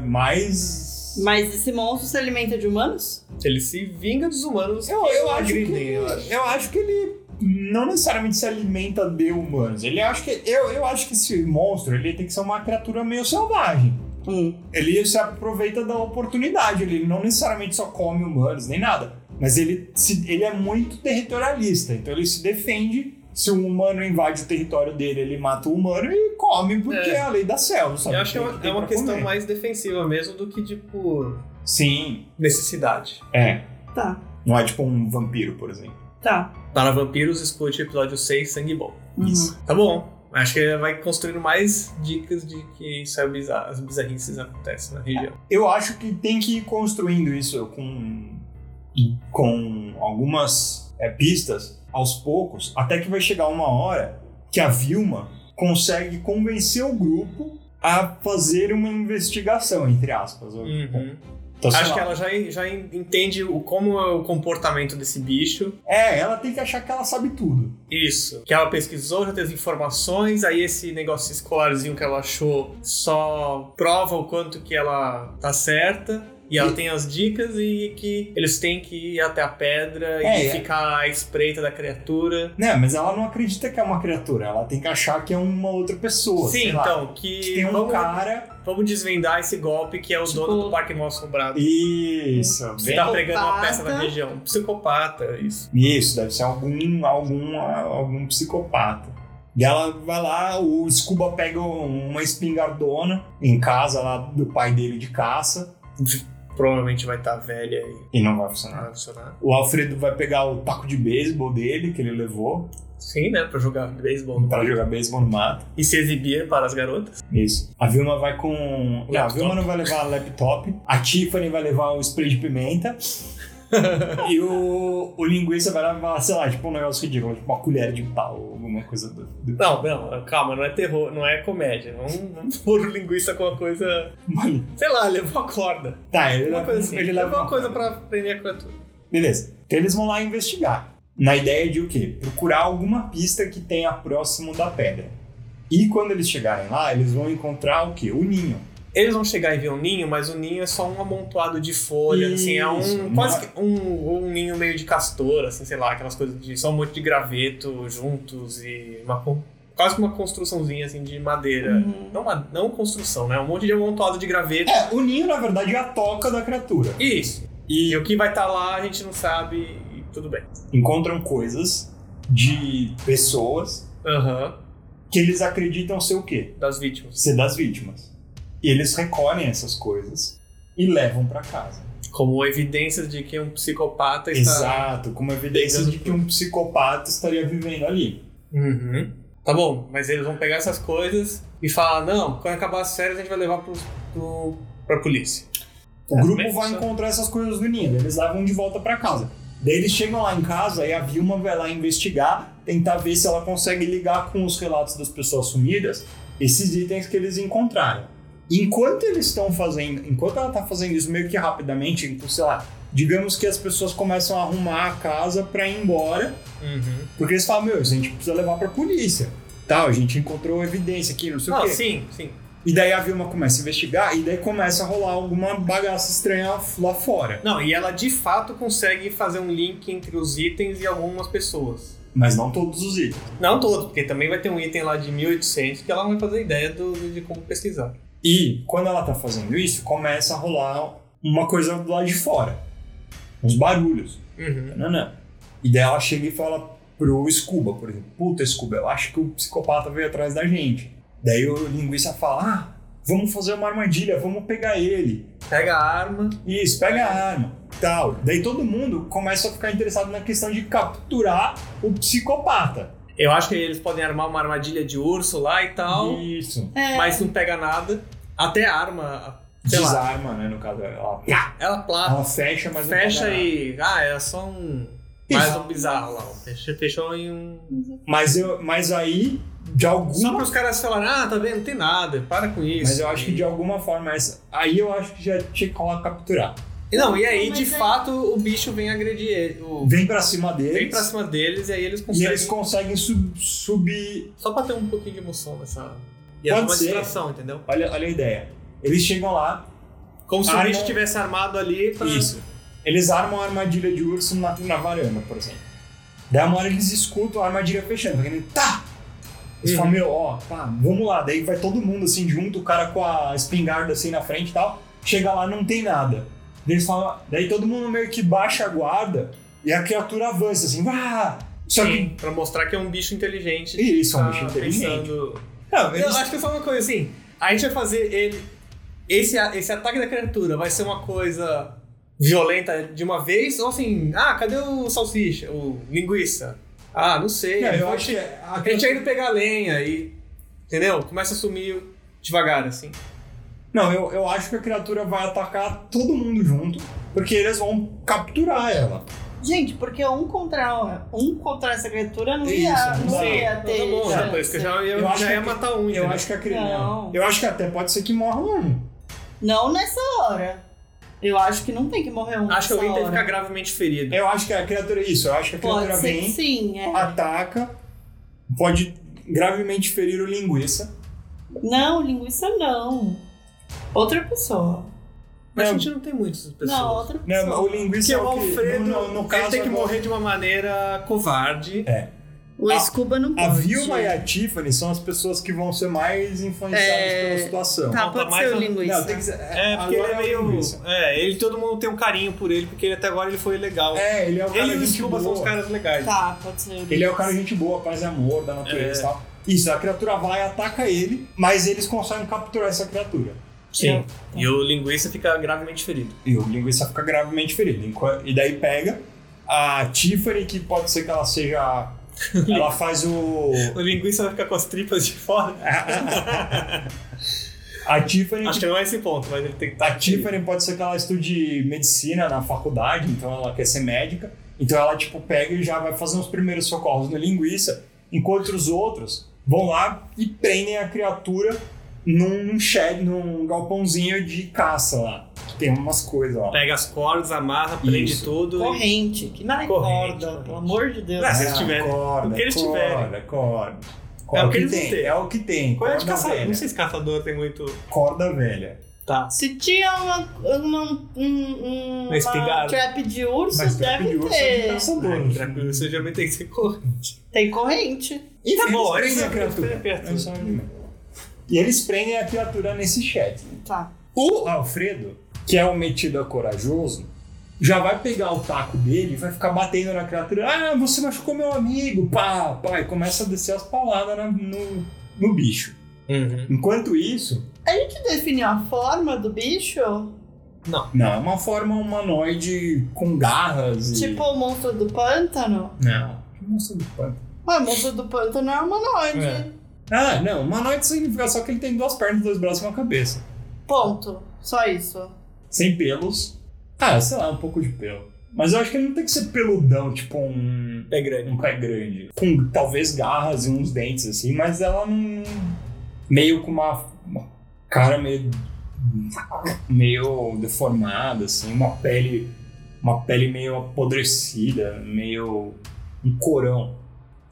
mais Mas esse monstro se alimenta de humanos? Ele se vinga dos humanos. Eu, eu acho agridem, que, eu acho. eu acho que ele não necessariamente se alimenta de humanos. Ele acho que eu, eu acho que esse monstro ele tem que ser uma criatura meio selvagem. Hum. Ele se aproveita da oportunidade. Ele não necessariamente só come humanos nem nada, mas ele se- ele é muito territorialista. Então ele se defende. Se um humano invade o território dele, ele mata o humano e come porque É. é, a lei da selva. Sabe? Eu acho que é Tem uma, ter é uma pra questão comer. mais defensiva mesmo do que, tipo, Sim, necessidade. é. Tá, Não é tipo um vampiro, por exemplo. tá. Para vampiros, escute o episódio 6, Sangue Bom. Uhum. Isso. Tá bom. Acho que ele vai construindo mais dicas de que isso é bizarro, as bizarrices acontecem na região. Eu acho que tem que ir construindo isso com, com algumas é, pistas aos poucos, até que vai chegar uma hora que a Vilma consegue convencer o grupo a fazer uma investigação, entre aspas. ou- Então, sei Uhum. Acho lá. que ela já, já entende o, como é o comportamento desse bicho. É, ela tem que achar que ela sabe tudo. Isso. Que ela pesquisou, já tem as informações, aí esse negócio escolarzinho que ela achou só prova o quanto que ela tá certa. E ela tem as dicas e que eles têm que ir até a pedra É, e é. ficar à espreita da criatura. Né, mas ela não acredita que é uma criatura, ela tem que achar que é uma outra pessoa. Sim, sei lá. então, que. Que tem um vamos, cara. vamos desvendar esse golpe que é o Tipo- dono do Parque Mal Assombrado. Isso, Você bem- tá pregando uma Psicopata. peça na região. Um Psicopata, isso. Isso, deve ser algum, algum, algum psicopata. E ela vai lá, o Scuba pega uma espingardona em casa lá do pai dele de caça Provavelmente vai estar velha Ah, e e não vai funcionar. vai funcionar. O Alfredo vai pegar o taco de beisebol dele, que ele levou Sim, né? Pra jogar beisebol. no pra parque. jogar beisebol no mato. E se exibir para as garotas. Isso. A Vilma vai com. Não, a Laptop. Vilma não vai levar laptop. A Tiffany vai levar o spray de pimenta. e o, o linguiça vai levar, sei lá, tipo um negócio ridículo, tipo uma colher de pau, alguma coisa do, do Não, não, calma, não é terror, não é comédia. Vamos, vamos pôr o linguiça com uma coisa. Mano, Sei lá, levou a corda. Tá, ele Uma leva, coisa assim. ele levou leva uma coisa pra prender a criatura. Beleza. Então eles vão lá investigar. Na ideia de o quê? Procurar alguma pista que tenha próximo da pedra. E quando eles chegarem lá, eles vão encontrar o quê? O ninho. Eles vão chegar e ver um ninho, mas o ninho é só um amontoado de folha, assim, é Isso, um. uma- Quase que um, um ninho meio de castor, assim, sei lá, aquelas coisas de. Só um monte de graveto juntos e uma. con- Quase que uma construçãozinha, assim, de É. madeira. Uhum. Não, uma- não construção, né? Um monte de amontoado de graveto. É, o ninho na verdade é a toca da criatura. Isso. E o que vai estar lá a gente não sabe e tudo bem. Encontram coisas de pessoas Aham. que eles acreditam ser o quê? Das vítimas. Ser das vítimas. E eles recolhem essas coisas e levam pra casa. Como evidências de que um psicopata está. Exato, como evidência de que um psicopata estaria vivendo ali. Uhum. Tá bom, mas eles vão pegar essas coisas e falar: não, quando acabar as férias a gente vai levar pro, pro, pra polícia. O grupo Mas vai isso- é encontrar essas coisas do ninho, eles levam de volta pra casa. Daí eles chegam lá em casa e a Vilma vai lá investigar, tentar ver se ela consegue ligar com os relatos das pessoas sumidas, esses itens que eles encontraram. Enquanto eles estão fazendo, enquanto ela tá fazendo isso meio que rapidamente, tipo, sei lá, digamos que as pessoas começam a arrumar a casa pra ir embora, Uhum. porque eles falam, meu, isso a gente precisa levar pra polícia. Tal, a gente encontrou evidência aqui, não sei o Não, quê. sim, sim. E daí a Vilma começa a investigar e daí começa a rolar alguma bagaça estranha lá fora. Não, e ela de fato consegue fazer um link entre os itens e algumas pessoas. Mas não todos os itens. Não todos, porque também vai ter um item lá de 1800 que ela não vai fazer ideia do, de como pesquisar. E quando ela tá fazendo isso, começa a rolar uma coisa do lado de fora. Uns barulhos. Uhum. Nanã. E daí ela chega e fala pro Scuba, por exemplo. Puta, Scuba, eu acho que o psicopata veio atrás da gente. Daí o linguiça fala, ah, vamos fazer uma armadilha, vamos pegar ele. Pega a arma. Isso, pega a arma. Tal. Daí todo mundo começa a ficar interessado na questão de capturar o psicopata. Eu acho que eles podem armar uma armadilha de urso lá e tal, Isso. É, mas não pega nada. Até a arma, sei lá, Desarma, né, no caso. Ela, pá, ela plata, ela fecha, mas não fecha pega nada. e. Ah, era só um. Mais um bizarro lá. ó. Fechou, fechou em um. Mas, eu, mas aí, de Só alguma para os caras falarem, ah, tá vendo? Não tem nada, para com isso. Uhum. Mas eu acho que de alguma forma, essa, aí eu acho que já tinha que rolar capturar. E Não, e aí, Mas de aí- fato, o bicho vem agredir ele. O... Vem pra cima deles Vem pra cima deles e aí eles e conseguem. eles conseguem sub- subir. Só pra ter um pouquinho de emoção nessa. E Pode é uma ser. distração, entendeu? Olha, olha a ideia. Eles chegam lá, Como se Arma- o bicho tivesse armado ali pra. isso. Eles armam a armadilha de urso na, na varanda, por exemplo. Daí uma hora eles escutam a armadilha fechando, porque tá! Eles Uhum. falam, meu, ó, pá, vamos lá. Daí vai todo mundo assim junto, o cara com a espingarda assim na frente e tal. Chega lá, não tem nada. Daí eles falam, daí todo mundo meio que baixa a guarda e a criatura avança assim, vá! Só que Sim, pra mostrar que é um bicho inteligente. E isso, é um Tá bicho inteligente. pensando- Não, Eu eles- acho que é só uma coisa assim. A gente vai fazer ele. Esse, a- esse ataque da criatura vai ser uma coisa violenta de uma vez? Ou assim, ah, cadê o salsicha? O linguiça? Ah, não sei. não, Ele eu foi acho que che- A gente a, tinha ido pegar lenha e Entendeu? Começa a sumir devagar, assim. Não, eu, eu acho que a criatura vai atacar todo mundo junto, porque eles vão capturar ela. Gente, porque um contra um contra essa criatura não ia, Isso, não não. ia Então ter. tá bom, chance. rapaz, que eu já, eu Eu acho já ia que- matar um, Eu entendeu? acho que a Não. criatura. Eu acho que até pode ser que morra um. Não nessa hora. Eu acho que não tem que morrer um. Acho nessa que É, alguém tem que hora. ficar gravemente ferido. Eu acho que a criatura. Isso, eu acho que a criatura Pode ser vem. que sim. é. ataca, pode gravemente ferir o linguiça. Não, linguiça não. Outra pessoa. Mas a Não. gente não tem muitas pessoas. Não, outra Né? pessoa. O linguiça Porque é o o que- Alfredo no, no, no caso, ele tem que agora, morrer de uma maneira covarde. O A- Scuba não A pode. Vilma né? e a Tiffany são as pessoas que vão ser mais influenciadas É, pela situação. Tá, Não, tá pode mais ser o um- linguiça. Não, tem que ser- É, porque agora ele é o meio. linguiça. É, ele todo mundo tem um carinho por ele, porque ele até agora ele foi legal. É, ele é o cara ele e o gente Scuba são boa. os caras legais. Tá, pode ser o linguiça. Ele é o cara gente boa, paz e amor, da natureza e É. tal. Isso, a criatura vai, ataca ele, mas eles conseguem capturar essa criatura. Sim. E o linguiça fica gravemente ferido. E o linguiça fica gravemente ferido. Enqu- E daí pega a Tiffany, que pode ser que ela <laughs> seja. ela faz o. O linguiça vai ficar com as tripas de fora. A Tiffany, Acho que não é esse ponto, mas ele tem que estar a Tiffany pode ser que ela estude medicina na faculdade, então ela quer ser médica. Então ela, tipo, pega e já vai fazer uns primeiros socorros na linguiça, enquanto os outros vão lá e prendem a criatura num shed, num galpãozinho de caça lá. Que tem umas coisas lá. Pega as cordas, amarra, prende Isso. tudo. e- Corrente, que não é Corrente, corda, corrente. pelo amor de Deus. Ah, se eles Ah, tiverem. Corda, O que eles corda, tiverem. Corda, É o que Corda eles tem, têm. É o que tem. Qual é de corda caçador? Não velha. sei se caçador tem muito. Corda velha. Tá. Se tinha uma, uma, um, um- Uma espingarda. trap de urso, Mas deve trapilhoso é de ter. caçador. Ah, tranquilo, Isso geralmente tem que ser corrente. Tem corrente. E Tá eles bom, prendem essa- a criatura. essa é perto. Eles são animais. E eles prendem a criatura nesse chat. Tá. O Alfredo, que é o metido a corajoso, já vai pegar o taco dele e vai ficar batendo na criatura. Ah, você machucou meu amigo, pá, pá. E começa a descer as pauladas na- no, no bicho. Uhum. Enquanto isso, A gente definiu a forma do bicho? não, é uma forma humanoide com garras e... Tipo o monstro do pântano? Não. Nossa, do pântano. Ué, o monstro do pântano é humanoide. Ah, não, humanoide significa só que ele tem duas pernas, dois braços e uma cabeça. Ponto. Só isso. sem pelos. Ah, sei lá, um pouco de pelo. Mas eu acho que ele não tem que ser peludão, tipo um, É grande. um pé grande. Com talvez garras e uns dentes, assim, mas ela não. Meio com uma, uma cara meio. meio deformada, assim, uma pele. Uma pele meio apodrecida, meio. um corão.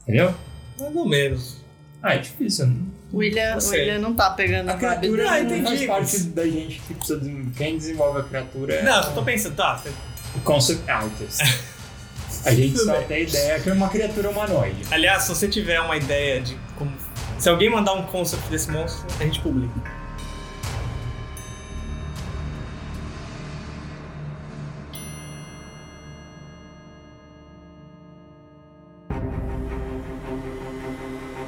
Entendeu? Mais ou menos. Ah, é difícil. Né? O William, Você. o William não tá pegando A a vibe criatura Ah, dele. não faz entendi. parte da gente que precisa. De, quem desenvolve a criatura é. Não, eu tô pensando, tá. você- O Concept Artist. Ah, A gente Tudo só bem. tem ideia que é uma criatura humanoide. Aliás, se você tiver uma ideia de como. Se alguém mandar um concept desse monstro, a gente publica.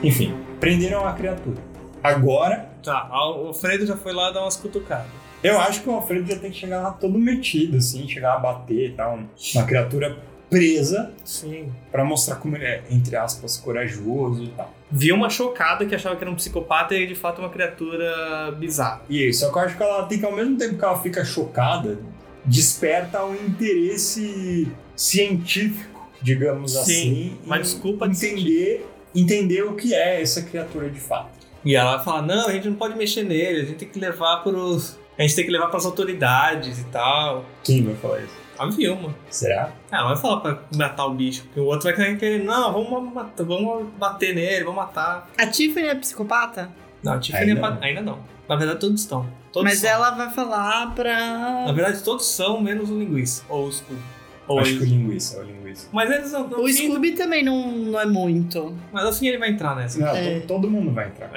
Enfim, prenderam a criatura. Agora, Tá, o Fredo já foi lá dar umas cutucadas. eu acho que o Alfredo já tem que chegar lá todo metido, assim, chegar a bater e tal. Uma criatura presa Sim. pra mostrar como ele é, entre aspas, corajoso e tal. Viu uma chocada que achava que era um psicopata e de fato uma criatura bizarra. E isso, só que eu acho que ela tem que, ao mesmo tempo que ela fica chocada, desperta um interesse científico, digamos Sim, assim. uma em desculpa de entender, entender o que é essa criatura de fato. E ela fala: não, a gente não pode mexer nele, a gente tem que levar pros. A gente tem que levar pras autoridades e tal. Quem vai falar isso? A Vilma. Será? Ah, vai falar pra matar o bicho, porque o outro vai querer querer, não, vamos, matar, vamos bater nele, vamos matar. A Tiffany é psicopata? Não, a Tiffany Ainda é pa- não. ainda não. Na verdade, todos estão. Todos Mas é são. ela vai falar pra. Na verdade, todos são, menos o linguiça. Ou o Scooby. Ou Acho que o ele. linguiça, o linguiça. Mas eles não. tá não O sim, Scooby também não, não é muito. Mas assim ele vai entrar nessa. Não, É. to- todo mundo vai entrar.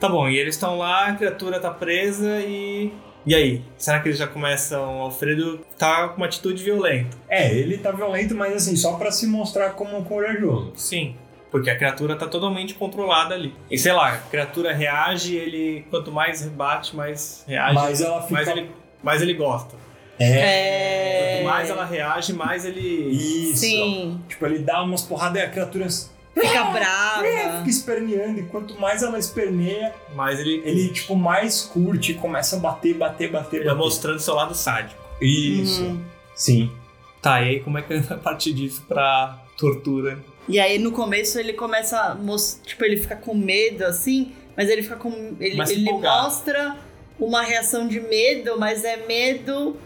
Tá bom, e eles estão lá, a criatura tá presa e. E aí? Será que eles já começam? O Alfredo tá com uma atitude violenta. É, ele tá violento, mas assim, só pra se mostrar como um corajoso. Sim. Porque a criatura tá totalmente controlada ali. E sei lá, a criatura reage, ele. Quanto mais rebate, mais reage. Mas ela fica. mais, ele, mais ele gosta. É. É. Quanto mais ela reage, mais ele. Isso. Sim. Tipo, ele dá umas porradas e a criatura Fica brava. Fica esperneando, e quanto mais ela esperneia, Mas ele, ele, tipo, mais curte e começa a bater, bater, bater, ele vai bater. tá mostrando seu lado sádico. Isso. Uhum. Sim. Tá, e aí como é que <laughs> vai partir disso pra tortura? E aí no começo ele começa a mos- tipo ele fica com medo assim, mas ele fica com ele, Mas se ele empolgar. mostra uma reação de medo, mas é medo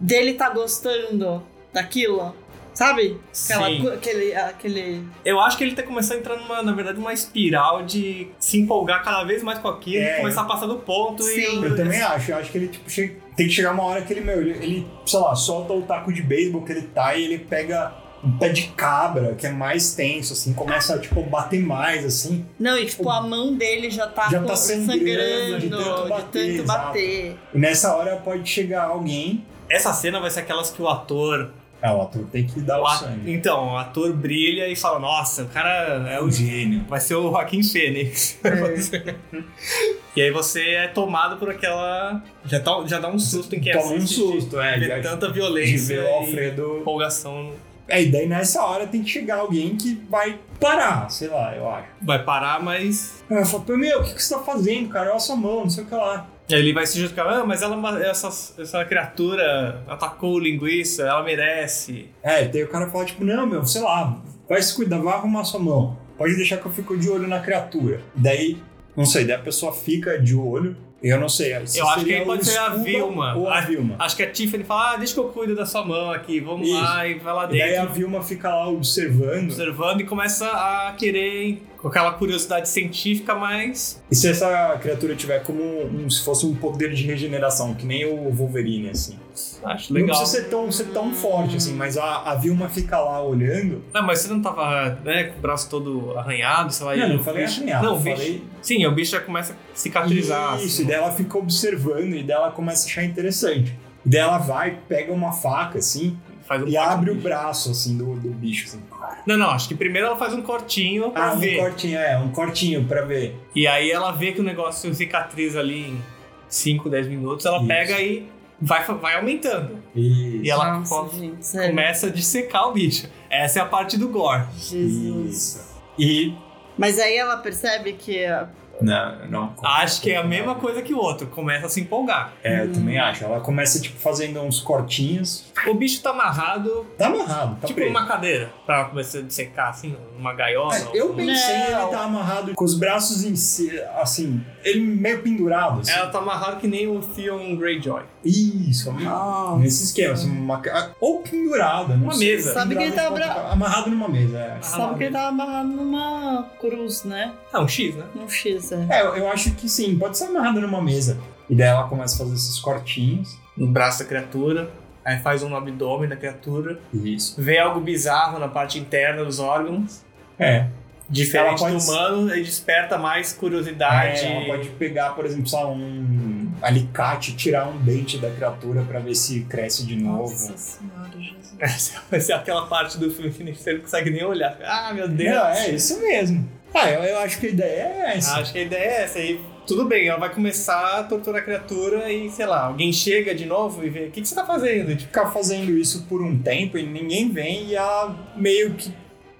dele tá gostando daquilo, sabe? Aquela Sim. cu- aquele aquele Eu acho que ele tá começando a entrar numa, na verdade, uma espiral de se empolgar cada vez mais com aquilo, É. começar a passar do ponto Sim. e. Eu também acho. Eu acho que ele, tipo, che- tem que chegar uma hora que ele, meu, ele, ele, sei lá, solta o taco de beisebol que ele tá e ele pega um pé de cabra, que é mais tenso, assim, começa a, tipo, bater mais, assim. Não, e tipo a mão dele já tá, Já com- tá sangrando, de tanto de bater, tanto exato. bater. E nessa hora pode chegar alguém. Essa cena vai ser aquelas que o ator. Ah, o ator tem que dar o o a- sangue. Então, o ator brilha e fala: Nossa, o cara é o gênio. Vai ser o Joaquim Fênix. <laughs> e aí você é tomado por aquela. Já, tá- já dá um susto em quem Toma um assiste. susto, é. de já- ver tanta de violência. ver o e Alfredo empolgação. É, e daí nessa hora tem que chegar alguém que vai parar, sei lá, eu acho. Vai parar, mas. Aí eu falo, pô, meu, o que, que você tá fazendo, cara? Olha a sua mão, não sei o que lá. E aí ele vai se justificar: Ah, mas ela, essa, essa criatura atacou o linguiça, ela merece. É, daí o cara fala, tipo, não, meu, sei lá, vai se cuidar, vai arrumar sua mão. Pode deixar que eu fico de olho na criatura. Daí, não sei, daí a pessoa fica de olho, eu não sei. se Eu acho que seria aí pode o ser a Scuba Vilma. Ou a Vilma. Acho que a Tiffany fala: Ah, deixa que eu cuido da sua mão aqui, vamos Isso. lá e vai lá E daí dentro. a Vilma fica lá observando. Observando e começa a querer com aquela curiosidade científica, mas E se essa criatura tiver como um, se fosse um poder de regeneração, que nem o Wolverine, assim. Acho legal. Não precisa ser tão, ser tão forte, assim, mas a, a Vilma fica lá olhando. Não, mas você não tava, né, com o braço todo arranhado, sei lá. Não, e não o falei bicho- arranhado, Não, o bicho... falei- Sim, o bicho já começa a cicatrizar. Isso, assim. e daí ela fica observando e daí ela começa a achar interessante. E daí ela vai, pega uma faca, assim, Faz um e corte abre no o bicho. braço, assim, do, do bicho, assim. Não, não, acho que primeiro ela faz um cortinho Ah, pra um ver. cortinho, é, um cortinho pra ver. E aí ela vê que o negócio cicatriza ali em 5, 10 minutos, ela Isso. pega e vai, vai aumentando. Isso. E ela Nossa, co- gente, sério. começa a dissecar o bicho. Essa é a parte do gore. Jesus. Isso. E. Mas aí ela percebe que a- Não, não. Acho que é a mesma coisa que o outro, começa a se empolgar. É, eu também acho. Ela começa, tipo, fazendo uns cortinhos. O bicho tá amarrado, Tá amarrado, tá tipo preso. É. numa cadeira, pra começar a dissecar assim, uma gaiola. Mas eu ou- pensei em Não. ele tá amarrado com os braços em si, assim, ele meio pendurado. Assim. Ela tá amarrada que nem o Theon Greyjoy. Isso, amarrado. Nossa. Nesse esquema, assim, uma ca- ou pendurado, não Uma sei. mesa. Sabe que ele tá Pendurado, amarrado numa mesa. É. Amarrado. Sabe que ele tava amarrado numa cruz, né? É um X, né? Num X, é. É, eu, eu acho que sim, pode ser amarrado numa mesa. E daí ela começa a fazer esses cortinhos. No braço da criatura. Aí faz um no abdômen da criatura. Isso. Vê algo bizarro na parte interna dos órgãos. É. Diferente Ela do pode- humano, e desperta mais curiosidade. é ela pode pegar, por exemplo, sei lá, um alicate, tirar um dente da criatura pra ver se cresce de novo. Nossa senhora, Jesus. Essa vai ser é aquela parte do filme que você não consegue nem olhar. Ah, meu Deus. Não, é isso mesmo. Ah, eu, eu acho que a ideia é essa. Acho que a ideia é essa. aí. tudo bem, ela vai começar a torturar a criatura e, sei lá, alguém chega de novo e vê o que, que você tá fazendo. Tipo, ficar fazendo isso por um tempo e ninguém vem e ela meio que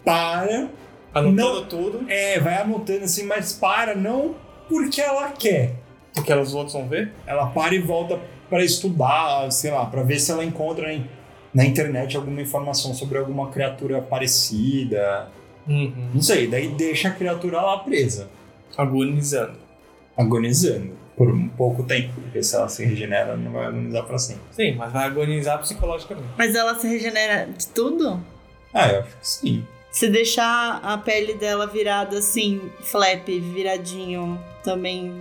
para. anotando tudo. É, vai anotando assim, mas para não porque ela quer. Porque os outros vão ver. Ela para e volta pra estudar, sei lá, pra ver se ela encontra em- na internet alguma informação sobre alguma criatura parecida. Uhum. Não sei, daí deixa a criatura lá presa, Agonizando. agonizando por um pouco tempo, porque se ela se regenera, ela não vai agonizar pra sempre. Sim, mas vai agonizar psicologicamente. Mas ela se regenera de tudo? Ah, eu acho que sim. Se deixar a pele dela virada assim, flap, viradinho, também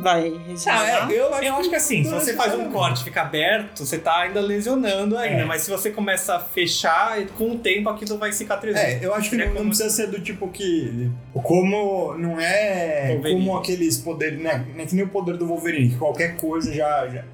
vai regenerar? eu Eu acho que assim, se você faz um corte e fica aberto, você tá ainda lesionando ainda. né, É. Mas se você começa a fechar, com o tempo aquilo vai cicatrizando. É, eu acho que Seria não, não como- precisa ser do tipo que. Como não é. Wolverine. Como aqueles poderes. Né, não é que nem o poder do Wolverine, que qualquer coisa já. já-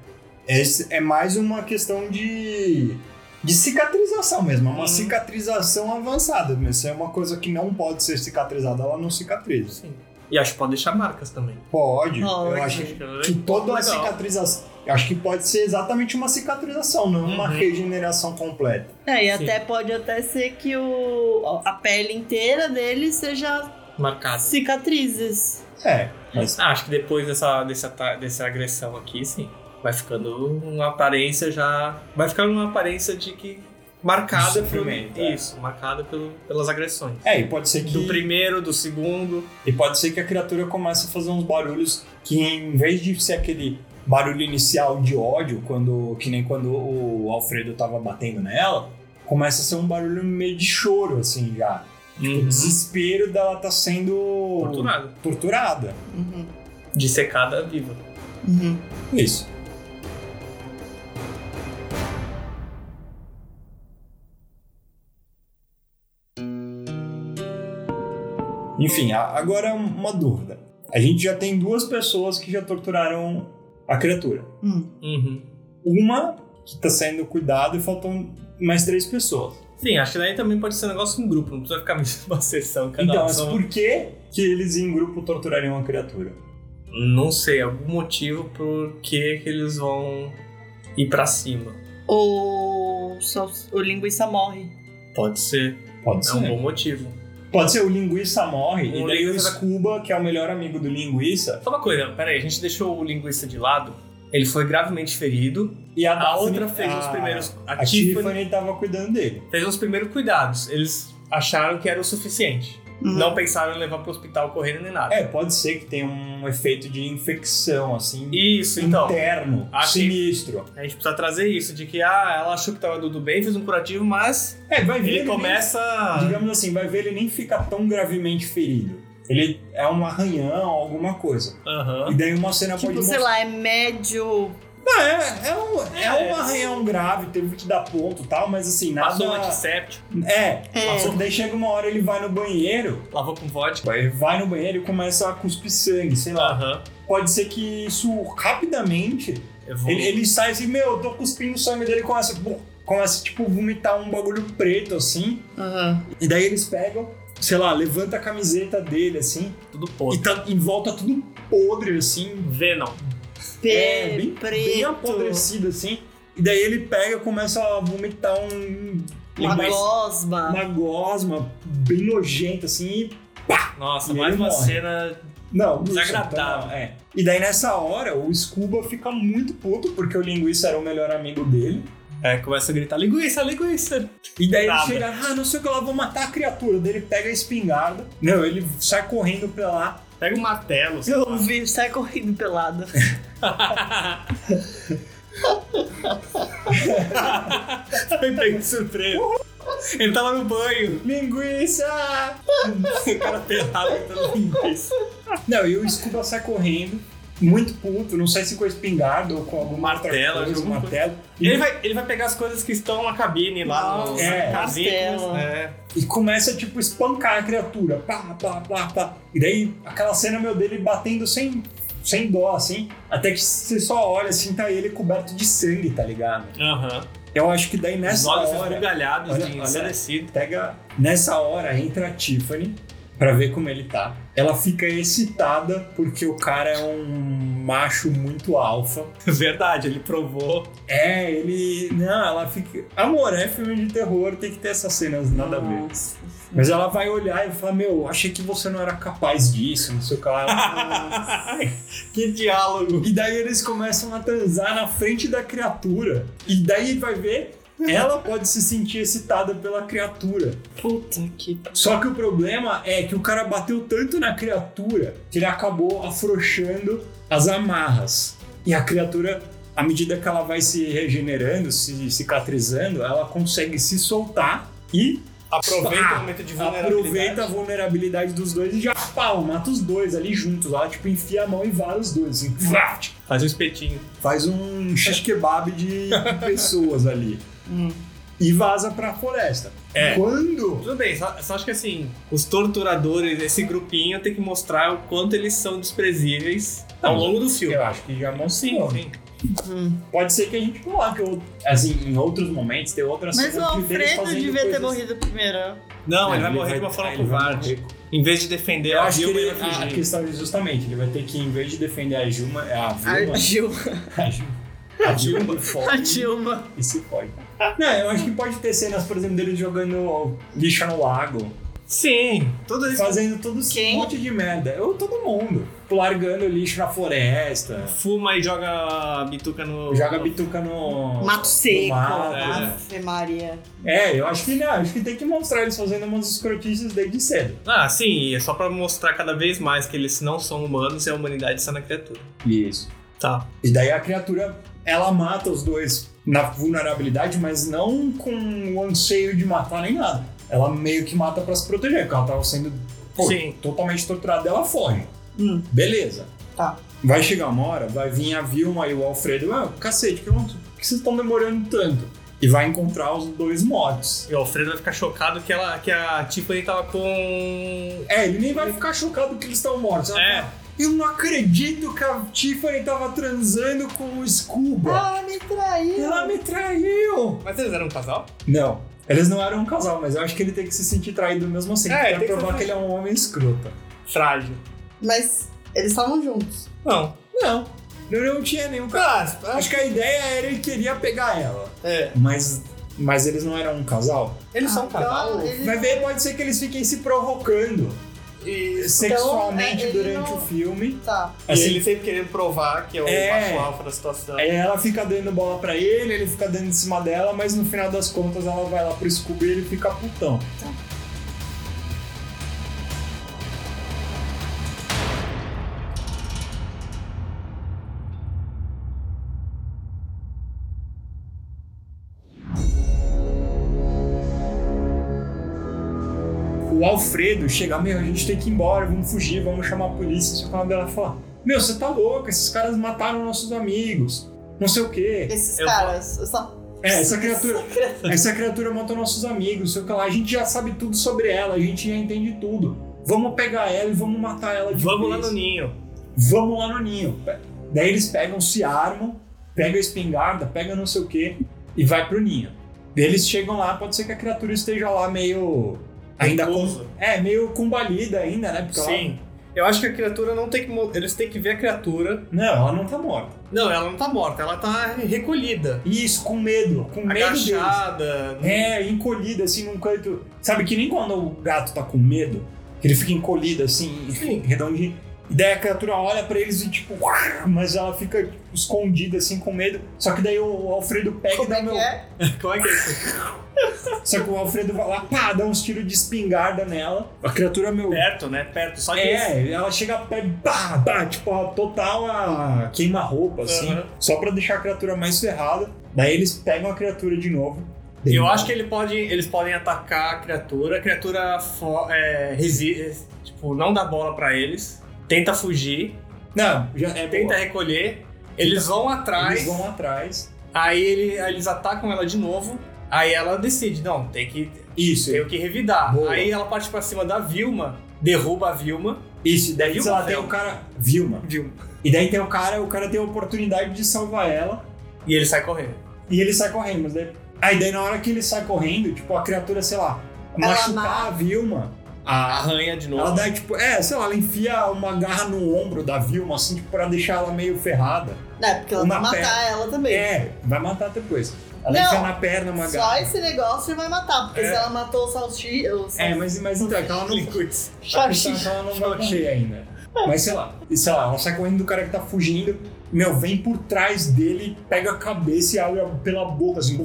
Esse é mais uma questão de. De cicatrização mesmo, é uma Uhum. cicatrização avançada. mesmo. Isso é uma coisa que não pode ser cicatrizada, ela não cicatriza. E acho que pode deixar marcas também. Pode, Pode. eu acho que toda a cicatrização. Eu acho que pode ser exatamente uma cicatrização, não uma Uhum. regeneração completa. É, e Sim. até pode até ser que o, a pele inteira dele seja Marcado. cicatrizes. É, Mas Ah, acho que depois dessa, dessa, ta- dessa agressão aqui, sim. Vai ficando uma aparência já. Vai ficando uma aparência de que. Marcada De pelo. sofrimento, é. Isso, marcada pelo, pelas agressões. é, e pode ser que Do primeiro, do segundo. e pode ser que a criatura comece a fazer uns barulhos que em vez de ser aquele barulho inicial de ódio, quando que nem quando o Alfredo tava batendo nela, começa a ser um barulho meio de choro assim já. O Uhum. desespero dela tá sendo Fortunado. torturada. Uhum. Dissecada viva. Uhum. É Isso. Enfim, a- agora uma dúvida. A gente já tem duas pessoas que já torturaram a criatura. Hum. Uhum. Uma que está sendo cuidada e faltam mais três pessoas. Sim, acho que daí também pode ser um negócio em grupo, não precisa ficar <laughs> uma sessão cada então, um. mas só- por que, que eles em grupo torturariam a criatura? Não sei, algum motivo por que que eles vão ir pra cima. O, sal- o linguiça morre. Pode ser. Pode É ser. um bom motivo. Pode ser o linguiça morre O e daí o linguiça- Scuba, que é o melhor amigo do linguiça, Só uma coisa, peraí, a gente deixou o linguista de lado. Ele foi gravemente ferido. e a, A Daphne- Ah. outra fez os a- primeiros. Ah, A, A Tiffany, Tiffany tava cuidando dele. fez os primeiros cuidados. Eles acharam que era o suficiente. Uhum. Não pensaram em levar pro hospital correndo nem nada. É, pode ser que tenha um efeito de infecção, assim, Isso, então. interno, acho que- sinistro. A gente precisa trazer isso, de que ah, ela achou que tava tudo bem, fez um curativo, mas É, vai ver. ele começa. nem- digamos assim, vai ver ele nem fica tão gravemente ferido. Ele é um arranhão, alguma coisa. Aham. E daí uma cena Tipo, pode sei mostrar. lá, é médio. Não, é, é, um, é É. um arranhão grave, teve que dar ponto e tal, mas assim, nada. Passou um antisséptico, É, É. só que daí chega uma hora ele vai no banheiro. lavou com vodka. Ele vai no banheiro e começa a cuspir sangue, sei lá. Aham. Pode ser que isso rapidamente Eu vou. Ele, ele sai assim, meu, eu tô cuspindo sangue dele, começa, bu- começa, tipo, vomitar um bagulho preto, assim. Uhum. E daí eles pegam, sei lá, levanta a camiseta dele, assim, Tudo e, podre. tá, e volta tudo podre, assim. Venom. É, bem, bem preto. apodrecido, assim. E daí ele pega, começa a vomitar um... uma mais- gosma. uma gosma bem nojenta, assim, e Nossa, E mais ele uma morre. cena. Não, Desagradável. não, é. E daí nessa hora o Scuba fica muito puto porque o linguiça era o melhor amigo dele. É, começa a gritar: linguiça, linguiça. E daí Nada. ele chega, ah, não sei o que lá, vou matar a criatura. Daí ele pega a espingarda. Não, ele sai correndo pra lá. Pega um martelo. sei Eu lá. vi, sai correndo pelado. Foi bem surpreso. Ele tava no banho, assim, Linguiça! o cara pelado tentando linguiça. Não, e o Scuba sai correndo, muito puto, não sei se com a espingarda ou com alguma Martelo, outra coisa, alguma martelo. E, Ele vai, ele vai pegar as coisas que estão na cabine lá no Nossa, é, martelo. É. e começa, tipo, a espancar a criatura. Pá, pá, pá, pá. E daí aquela cena, meu, dele batendo sem, sem dó, assim. Até que você só olha, assim, tá ele coberto de sangue, tá ligado? Aham. Eu acho que daí Os nessa olhos hora... esbugalhados olha- de olha- ensandecido. pega. Nessa hora entra a Tiffany pra ver como ele tá. Ela fica excitada porque o cara é um macho muito alfa. Verdade, ele provou. É, ele. Não, ela fica. Amor, é filme de terror, tem que ter essas cenas nada a ver. Nossa. Mas ela vai olhar e fala: Meu, achei que você não era capaz disso, não sei o que lá. <laughs> que diálogo. e daí eles começam a transar na frente da criatura. E daí vai ver. Ela pode se sentir excitada pela criatura. Puta que. Só que o problema é que o cara bateu tanto na criatura que ele acabou afrouxando as amarras. E a criatura, à medida que ela vai se regenerando, se cicatrizando, ela consegue se soltar e Aproveita Ah, o momento de vulnerabilidade. aproveita a vulnerabilidade dos dois e já pau, mata os dois ali juntos. Ela tipo enfia a mão e vara os dois. Assim, vrat, Faz um espetinho. faz um shish kebab <laughs> de pessoas ali. Hum. E vaza pra floresta. É. Quando Tudo bem, só, só acho que assim, os torturadores, esse grupinho, tem que mostrar o quanto eles são desprezíveis ao Não, longo do filme. eu acho que já é Sim, mostrou. sim. Hum. Pode ser que a gente coloque, ou- assim, em outros momentos, tem outras Mas o cenas de deles Alfredo fazendo devia ter coisas- morrido primeiro. Não, ele É, vai morrer de uma ah, forma ele vai covarde. morrer. Em vez de defender Eu a acho que Dilma, ele, ele ah, vai a fugir. questão é justamente, ele vai ter que, em vez de defender a Gilma, é a Vilma, Argil. a Gilma, A Dilma foge A Dilma. e se pode. Não, eu acho que pode ter cenas, por exemplo, dele jogando lixo no lago, Sim, tudo isso. fazendo todo esse Quem? monte de merda. Eu, todo mundo. Largando lixo na floresta, Fuma e joga a bituca no. joga bituca no. Mato seco. né? No mato. Ave Maria. É, eu acho que não, acho que tem que mostrar eles fazendo umas escrotices desde cedo. Ah, sim, e é só pra mostrar cada vez mais que eles não são humanos e a humanidade está na criatura. Isso. Tá. E daí a criatura, ela mata os dois na vulnerabilidade, mas não com o anseio de matar nem nada. Ela meio que mata pra se proteger, porque ela tava sendo pô, Sim. totalmente torturada, ela foge. Hum. Beleza. Tá. Vai chegar uma hora, vai vir a Vilma e o Alfredo. Ah, cacete, que, por que vocês estão demorando tanto? E vai encontrar os dois mortos. E o Alfredo vai ficar chocado que, ela, que a Tiffany tava com. É, ele nem vai ficar chocado que eles estão mortos. Ela É. fala, Eu não acredito que a Tiffany tava transando com o Scuba. Ah, me traiu. Ela me traiu! Mas eles eram um casal? Não. Eles não eram um casal, mas eu acho que ele tem que se sentir traído mesmo assim. É, tem pra que provar ser- que ele é um homem escroto. Frágil. Mas eles estavam juntos. Não. Não. Eu não tinha nenhum casal. Ah, Acho que a ideia era ele queria pegar ela. é. Mas. Mas eles não eram um casal? Eles são um casal. Então, ele- Vai ver, pode ser que eles fiquem se provocando E, sexualmente é, ele durante não- o filme. Assim, Tá. e É, ele sempre querendo provar que é o É. macho alfa da situação. Aí ela fica dando bola pra ele, ele fica dando em cima dela, mas no final das contas ela vai lá pro Scooby e ele fica putão. O Alfredo chega, meu, a gente tem que ir embora, vamos fugir, vamos chamar a polícia. Só que ela dela fala, meu, você tá louca, esses caras mataram nossos amigos, não sei o quê. Esses Eu caras. eu só- É, <laughs> essa criatura, essa criatura matou nossos amigos, sei o que lá. A gente já sabe tudo sobre ela, a gente já entende tudo. Vamos pegar ela e vamos matar ela de Vamos lá vez. no ninho. Vamos lá no ninho. Daí eles pegam, se armam, pegam a espingarda, pegam não sei o que e vai pro ninho. Daí eles chegam lá, pode ser que a criatura esteja lá meio. Ainda com, Confusa. É, meio combalida ainda, né? Porque Sim. Eu acho que a criatura não tem que. mo- Eles têm que ver a criatura. Ela, não, ela não tá morta. Não, ela não tá morta, ela tá recolhida. Isso, com medo, com medo deles. Agachada. É, encolhida assim num canto. Sabe que nem quando o gato tá com medo, que ele fica encolhido assim, Sim. redondinho. E daí a criatura olha pra eles e tipo, "Uar", mas ela fica tipo, escondida assim com medo. Só que daí o Alfredo pega e Como dá é meu. que é? Como é que é isso? Só que o Alfredo vai lá, pá, dá uns tiros de espingarda nela. A criatura, meu. Perto, né? Perto. Só que. É, ela chega perto, pá, pá, tipo, a total a queima-roupa, assim. Aham. Só pra deixar a criatura mais ferrada. Daí eles pegam a criatura de novo. Eu acho que ele pode, eles podem atacar a criatura, a criatura fo- é, resi- é, tipo, não dá bola pra eles, tenta fugir, Não, já é tenta boa. recolher, eles vão atrás, Eles vão atrás. aí, ele- aí eles atacam ela de novo, aí ela decide, não, tem que, Isso, tem que revidar. Boa. Aí ela parte pra cima da Vilma, derruba a Vilma. isso. E daí Vilma, sei lá, tem Velma. o cara. Vilma. Vilma. E daí tem o cara, o cara tem a oportunidade de salvar ela E ele sai correndo. e ele sai correndo. Mas daí. Aí daí na hora que ele sai correndo, tipo, a criatura, sei lá, Ela machucar amarra. a Vilma. A, Arranha de ela novo. dá, tipo, é, sei lá, ela enfia uma garra no ombro da Vilma, assim, tipo, pra deixar ela meio ferrada. Não, é porque ela Uma vai matar perna. ela também. É, vai matar depois. Ela Não, enfia na perna uma Só garra. esse negócio vai matar, porque É. se ela matou o Salchi. O sal... É, mas, mas então, é que ela não. Liquids. A pessoa ela não vai correr ainda. Mas sei lá, e sei lá, ela sai correndo do cara que tá fugindo, meu, vem por trás dele, pega a cabeça e abre a- pela boca, assim,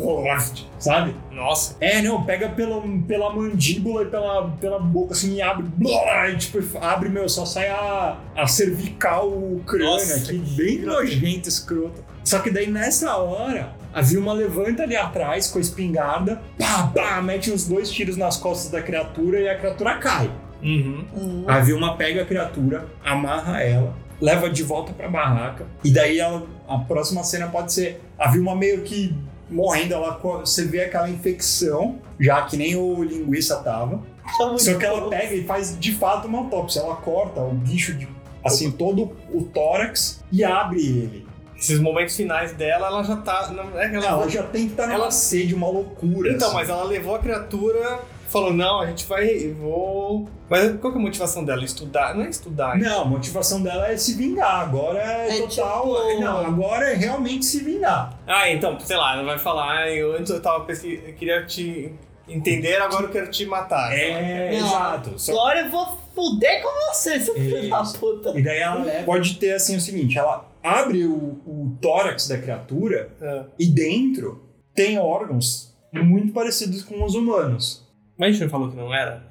sabe? Nossa. É, não, pega pela, pela mandíbula e pela, pela boca, assim, e abre, blá, e, tipo, abre, meu, só sai a, a cervical crânio Nossa, aqui, bem nojenta, escrota. Só que daí nessa hora, a Vilma levanta ali atrás com a espingarda, pá, pá, mete uns dois tiros nas costas da criatura e a criatura cai. Uhum. Hum. A Vilma pega a criatura, amarra ela, leva de volta pra barraca. E daí ela- a próxima cena pode ser a Vilma meio que morrendo. Ela, co- você vê aquela infecção, já que nem o linguiça tava. Tá muito Só que ela bom. pega e faz de fato uma autópsia. Ela corta o bicho de. Assim, todo o tórax e abre ele. Esses momentos finais dela, ela já tá. Não é que ela Ela já tem que estar numa Ela- sede, uma loucura. Então, assim. mas ela levou a criatura falou, não, a gente vai, eu vou... Mas qual que é a motivação dela? Estudar? Não é estudar. hein? Não, a motivação dela é se vingar. Agora é, É total. tipo- Não, agora é realmente se vingar. Ah, então, sei lá, não vai falar, "Ah, eu, antes eu tava pesquisando, eu queria te entender, agora eu quero te matar. É, Não. exato. Só Glória, eu vou fuder com você, seu filho da puta. E daí ela É. pode ter assim o seguinte: ela abre o, o tórax da criatura Ah. e dentro tem órgãos muito parecidos com os humanos. Mas a gente não falou que não era?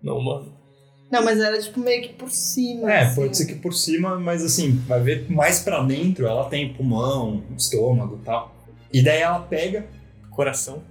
Não, mano. Não, mas era tipo meio que por cima. É, assim. pode ser que por cima, mas assim, vai ver mais pra dentro, ela tem pulmão, estômago e tal. E daí ela pega Coração.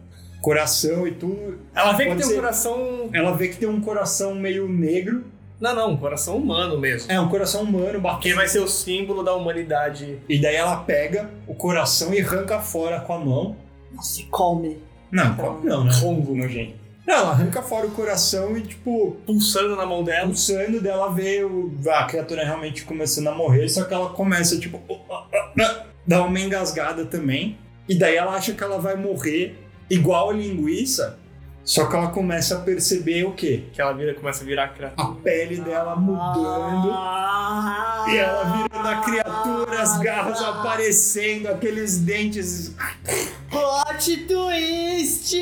coração e tudo. Ela vê que Pode tem um ser. coração... Ela vê que tem um coração meio negro. Não, não, um coração humano mesmo. É, um coração humano Que batendo. vai ser o símbolo da humanidade. E daí ela pega o coração e arranca fora com a mão. Nossa, e come. Não, com a- não, né? Congo. Nojento. Não, ela arranca fora o coração e, tipo, Pulsando na mão dela. pulsando dela vê o- a criatura realmente começando a morrer, só que ela começa, tipo, ah", dá uma engasgada também. E daí ela acha que ela vai morrer igual a linguiça, só que ela começa a perceber o quê? Que ela vira, começa a virar criatura. A pele dela mudando. Ah, E ela vira da criatura, as garras tá. aparecendo, aqueles dentes. Plot twist!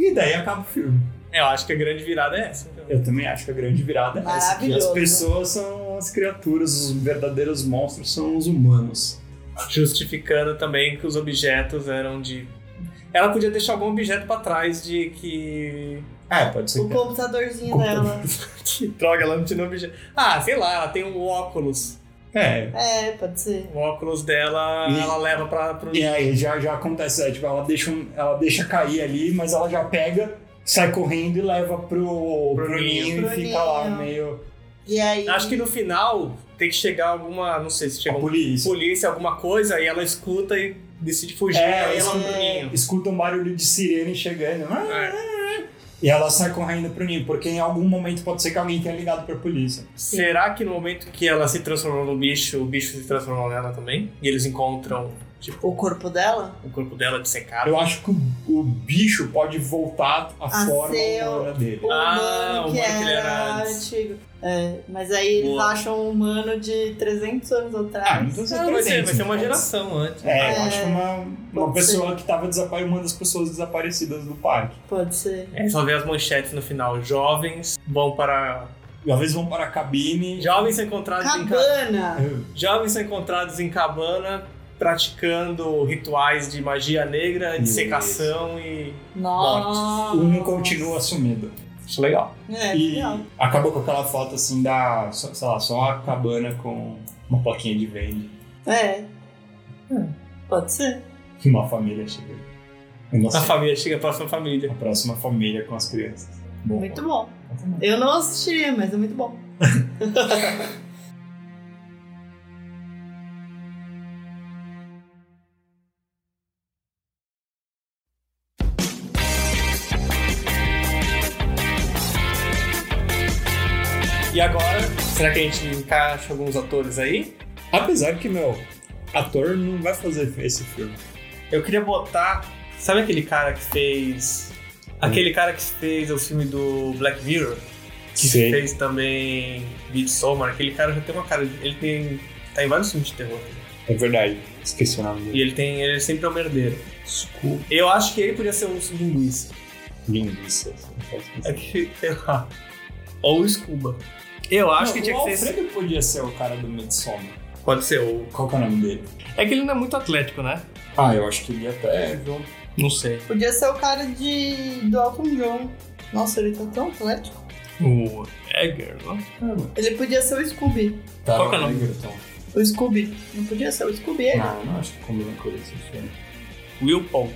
E daí acaba o filme. Eu acho que a grande virada é essa. então. Eu também acho que a grande virada é essa. Que as Maravilhoso. pessoas são as criaturas, os verdadeiros monstros são os humanos. Justificando também que os objetos eram de. Ela podia deixar algum objeto pra trás de que. É, pode ser O que computadorzinho Compu- dela. Que <laughs> droga, ela não tinha objeto. Ah, sei lá, ela tem um óculos. É. É, pode ser. O óculos dela, E- ela leva pra. Pro... E aí já, já acontece, é, tipo, ela deixa, um- ela deixa cair ali, mas ela já pega, sai correndo e leva pro, Pro pro, ninho. ninho Pro e fica lá ninho. meio. E aí. Acho que no final tem que chegar alguma. Não sei se A chega uma É polícia. polícia, alguma coisa, e ela escuta e decide fugir. É, aí ela isso- vai pro ninho. Escuta um barulho de sirene chegando. É. E ela sai correndo pro ninho, porque em algum momento pode ser que alguém tenha ligado pra polícia. Será que no momento que ela se transformou no bicho, o bicho se transformou nela também? E eles encontram, tipo, O corpo dela? o corpo dela dissecado? Eu acho que o, o bicho pode voltar à A forma ser o- humana dele. O Ah, humano o que humano que ele era era antes. antigo. É, mas aí eles Boa. acham um humano de 300 anos Ah, atrás. então você Não, vai ser, vai ser uma pode- geração antes. É, eu É. acho que uma, uma Pode pessoa que tava desaparecida, uma das pessoas desaparecidas do parque. Pode ser. É só ver as manchetes no final. Jovens vão para. E às vezes vão para a cabine. Jovens são encontrados em ca... Cabana! Jovens são encontrados em cabana praticando rituais de magia negra, de Isso. secação e. Nossa! Um continua sumido. Acho legal. É, E legal. acabou com aquela foto assim da, só- sei lá, só a cabana com uma plaquinha de vende. É. Pode ser. Uma família chegando. A Nossa, família chega, a próxima família. a próxima família com as crianças. Bom, Muito bom. Eu não assistiria, mas é muito bom. E agora, será que a gente encaixa alguns atores aí? Apesar que, meu, ator não vai fazer esse filme. Eu queria botar. Sabe aquele cara que fez. Aquele cara que fez o filme do Black Mirror? Que Sei. fez também Midsommar. Aquele cara já tem uma cara. de- Ele tem. Tá em vários filmes de terror. É verdade. Esqueci o nome dele. E ele tem. Ele sempre é um merdeiro. Desculpa. Eu acho que ele podia ser um linguiça. Linguiça. É que, sei lá. Ou o Scuba. Eu acho que tinha que ser. esse- Alfredo podia ser o cara do Midsommar. Pode ser o. Qual que é o nome dele? É que ele não é muito atlético, né? Ah, eu acho que ele até é. viu. Não sei. Podia ser o cara de do Elton John. Nossa, ele tá tão atlético. O Edgar, não? Ele podia ser o Scooby. Qual que é o nome? O Scooby. Não podia ser o Scooby. ele. Não, não acho que combina com esse filme. Will Poulter.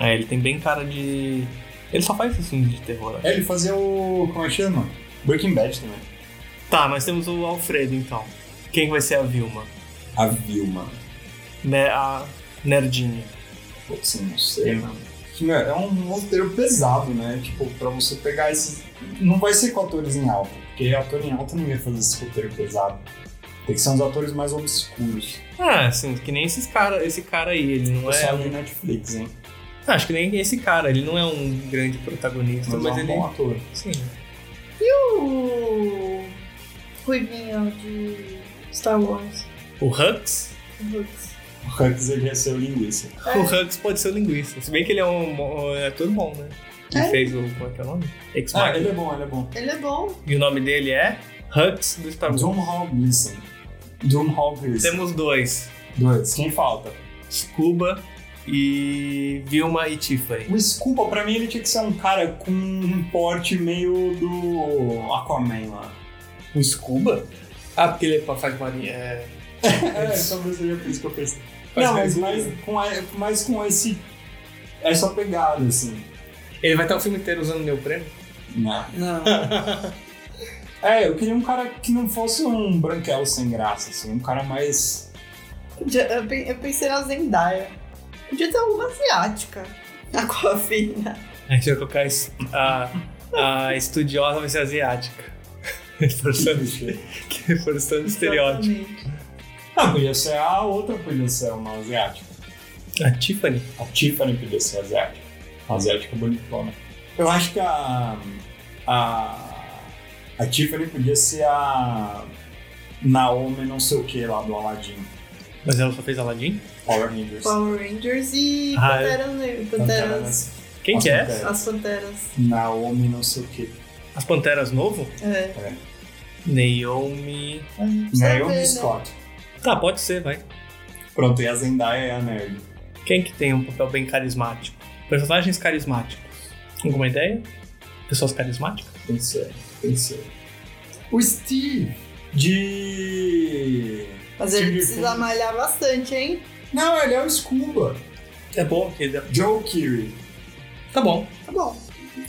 É, ele tem bem cara de. Ele só faz esse filme de terror, né? É, ele fazia o. Como é que chama? Breaking Bad também. Tá, nós temos o Alfredo então. Quem vai ser a Vilma? A Vilma. Ne- a Nerdinha. Putz, não sei, mano. Que, meu, É um roteiro pesado, né? Tipo, pra você pegar esses. Não vai ser com atores em alta, porque ator em alta não ia fazer esse roteiro pesado. Tem que ser uns atores mais obscuros. Ah, assim, que nem esses cara, esse cara aí, ele não Só é. Ah, no Netflix, hein? Acho que nem esse cara, ele não é um grande protagonista, mas, mas é um ele. bom ator. <laughs> Sim. O Ruivinho de Star Wars. O Hux? Hux. O Hanks ele ia ser o linguiça. O Hux pode ser o linguista. Se bem que ele é um, é ator bom, né? Que É. fez o. Como é que é o nome? X Ah, ele é bom, ele é bom. Ele é bom. E o nome dele é Hux do Star Wars. John Hobson. John Hobson. Temos dois: Dois. Quem falta? Scuba e Vilma e Tiffany. O Scuba, pra mim, ele tinha que ser um cara com um porte meio do Aquaman lá. O Scuba? Ah, porque ele é pra- faz marinha. É... <laughs> É, talvez seja por isso que eu pensei. Faz um. Não, mas mergulho. mais com, a- mais com esse. Essa pegada, assim. Ele vai estar o filme inteiro usando neoprene? Não. Não. É, eu queria um cara que não fosse um branquelo sem graça, assim. Um cara mais. Podia- Eu pe- eu pensei na Zendaya. Podia ter alguma asiática <laughs> na covinha. A gente vai É, colocar es- a, a estudiosa vai ser asiática. <laughs> Reforçando, <laughs> reforçando o Um estereótipo. Exatamente. Não, Ah, podia ser a outra, podia ser uma asiática. A Tiffany? A Tiffany podia ser asiática. Uma asiática bonitona. Eu acho que a. A. A Tiffany podia ser a. Naomi, não sei o que lá do Aladdin. Mas ela só fez Aladdin? Power Rangers. Power Rangers e Ah, Panteras Negras. Panteras. Panteras. Quem As que é? Panteras. As Panteras. Naomi, não sei o que. As Panteras Novo? É. Naomi. A É, gente precisa ver, né? Naomi Scott. Tá, pode ser, vai. Pronto, e a Zendaya é a nerd. Quem que tem um papel bem carismático? Personagens carismáticos. Alguma ideia? Pessoas carismáticas? Tem que ser, tem que ser. O Steve de. Mas ele Steve precisa Irwin. malhar bastante, hein? Não, ele é o Scuba. É bom, porque dá- Joe Keery. Tá bom. Tá bom.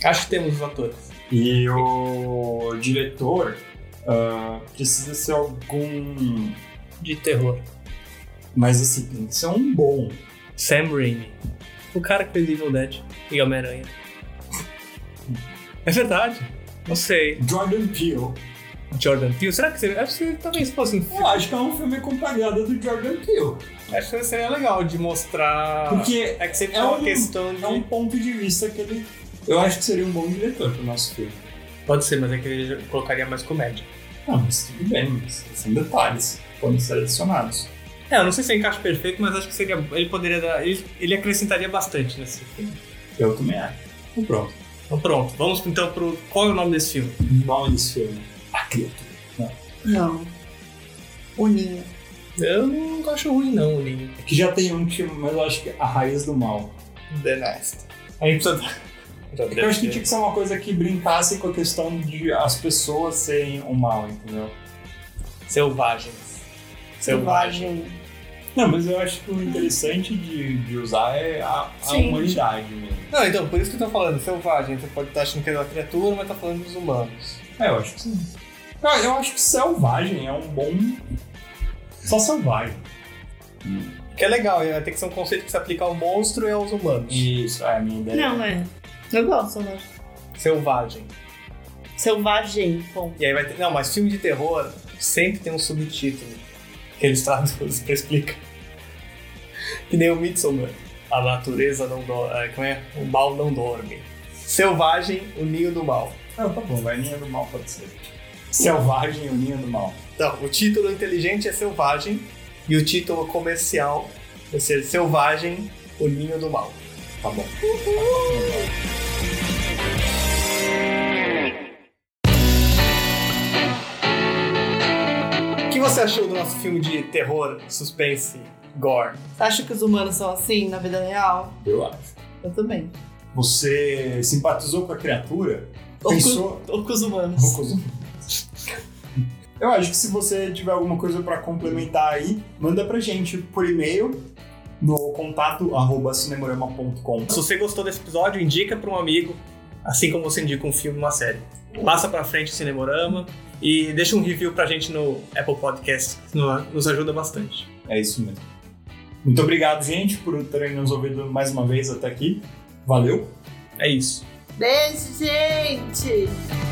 Acho que temos os atores. E o diretor ah, precisa ser algum. De terror. Mas assim, tem que ser um bom. Sam Raimi. O cara que fez Evil Dead e <laughs> Homem-Aranha. É verdade. Não sei. Jordan Peele. Jordan Peele. Será que seria? Acho que talvez fosse um Eu acho que é um filme com pegada do Jordan Peele. Acho que seria legal de mostrar. Porque É que sempre é é uma um- questão de. é um ponto de vista que ele. Eu acho que seria um bom diretor pro nosso filme. Pode ser, mas é que ele colocaria mais comédia. Não, Ah, mas tudo bem, mas são detalhes. Podem ser adicionados. É, eu não sei se é encaixe perfeito, mas acho que seria. Ele poderia dar. Ele, ele acrescentaria bastante nesse filme. Eu também acho. Então, pronto. Então pronto, vamos então pro. Qual é o nome desse filme? mal desse filme. A criatura. Não. O Ninho. Eu não acho ruim, não, Linho. Que já tem um que chama, mas eu acho que é A Raiz do Mal. The Nest. A gente precisa. Então, Eu acho É que tinha que ser uma coisa que brincasse com a questão de as pessoas serem o mal, entendeu? Selvagens. Selvagem. Não, mas eu acho que o interessante de, de usar é a, a Sim. humanidade mesmo. Não, então, por isso que eu tô falando, selvagem. Você pode estar achando que é uma criatura, mas tá falando dos humanos. É, eu acho que sim. Eu, eu acho que selvagem é um bom. Só selvagem. Que é legal, tem que ser um conceito que se aplica ao monstro e aos humanos. Isso, é a minha ideia. Não, é. Eu gosto, né? Selvagem. Selvagem, bom. E aí vai ter. Não, mas filme de terror sempre tem um subtítulo que eles traduzem pra explicar. Que nem o Midsommar. A natureza não dorme. Como é? O mal não dorme. Selvagem, o ninho do mal. Não, tá bom, vai Ninha do Mal pode ser. Selvagem e o Ninha do Mal. Não, o título inteligente é selvagem e o título comercial vai ser selvagem, o ninho do mal. Tá bom. O que você achou do nosso filme de terror, suspense, gore? Você acha que os humanos são assim na vida real? Eu acho. Eu também. Você simpatizou com a criatura? Ou com- Pensou. Ou com os humanos. Rocoso. Eu acho que se você tiver alguma coisa pra complementar aí, manda pra gente por e-mail no contato arroba cinemorama.com. Se você gostou desse episódio, indica para um amigo, assim como você indica um filme, uma série. Passa para frente o Cinemorama e deixa um review pra gente no Apple Podcast, que no- nos ajuda bastante. É isso mesmo. Muito obrigado, gente, por terem nos ouvido mais uma vez até aqui. Valeu! É isso. Beijo, gente!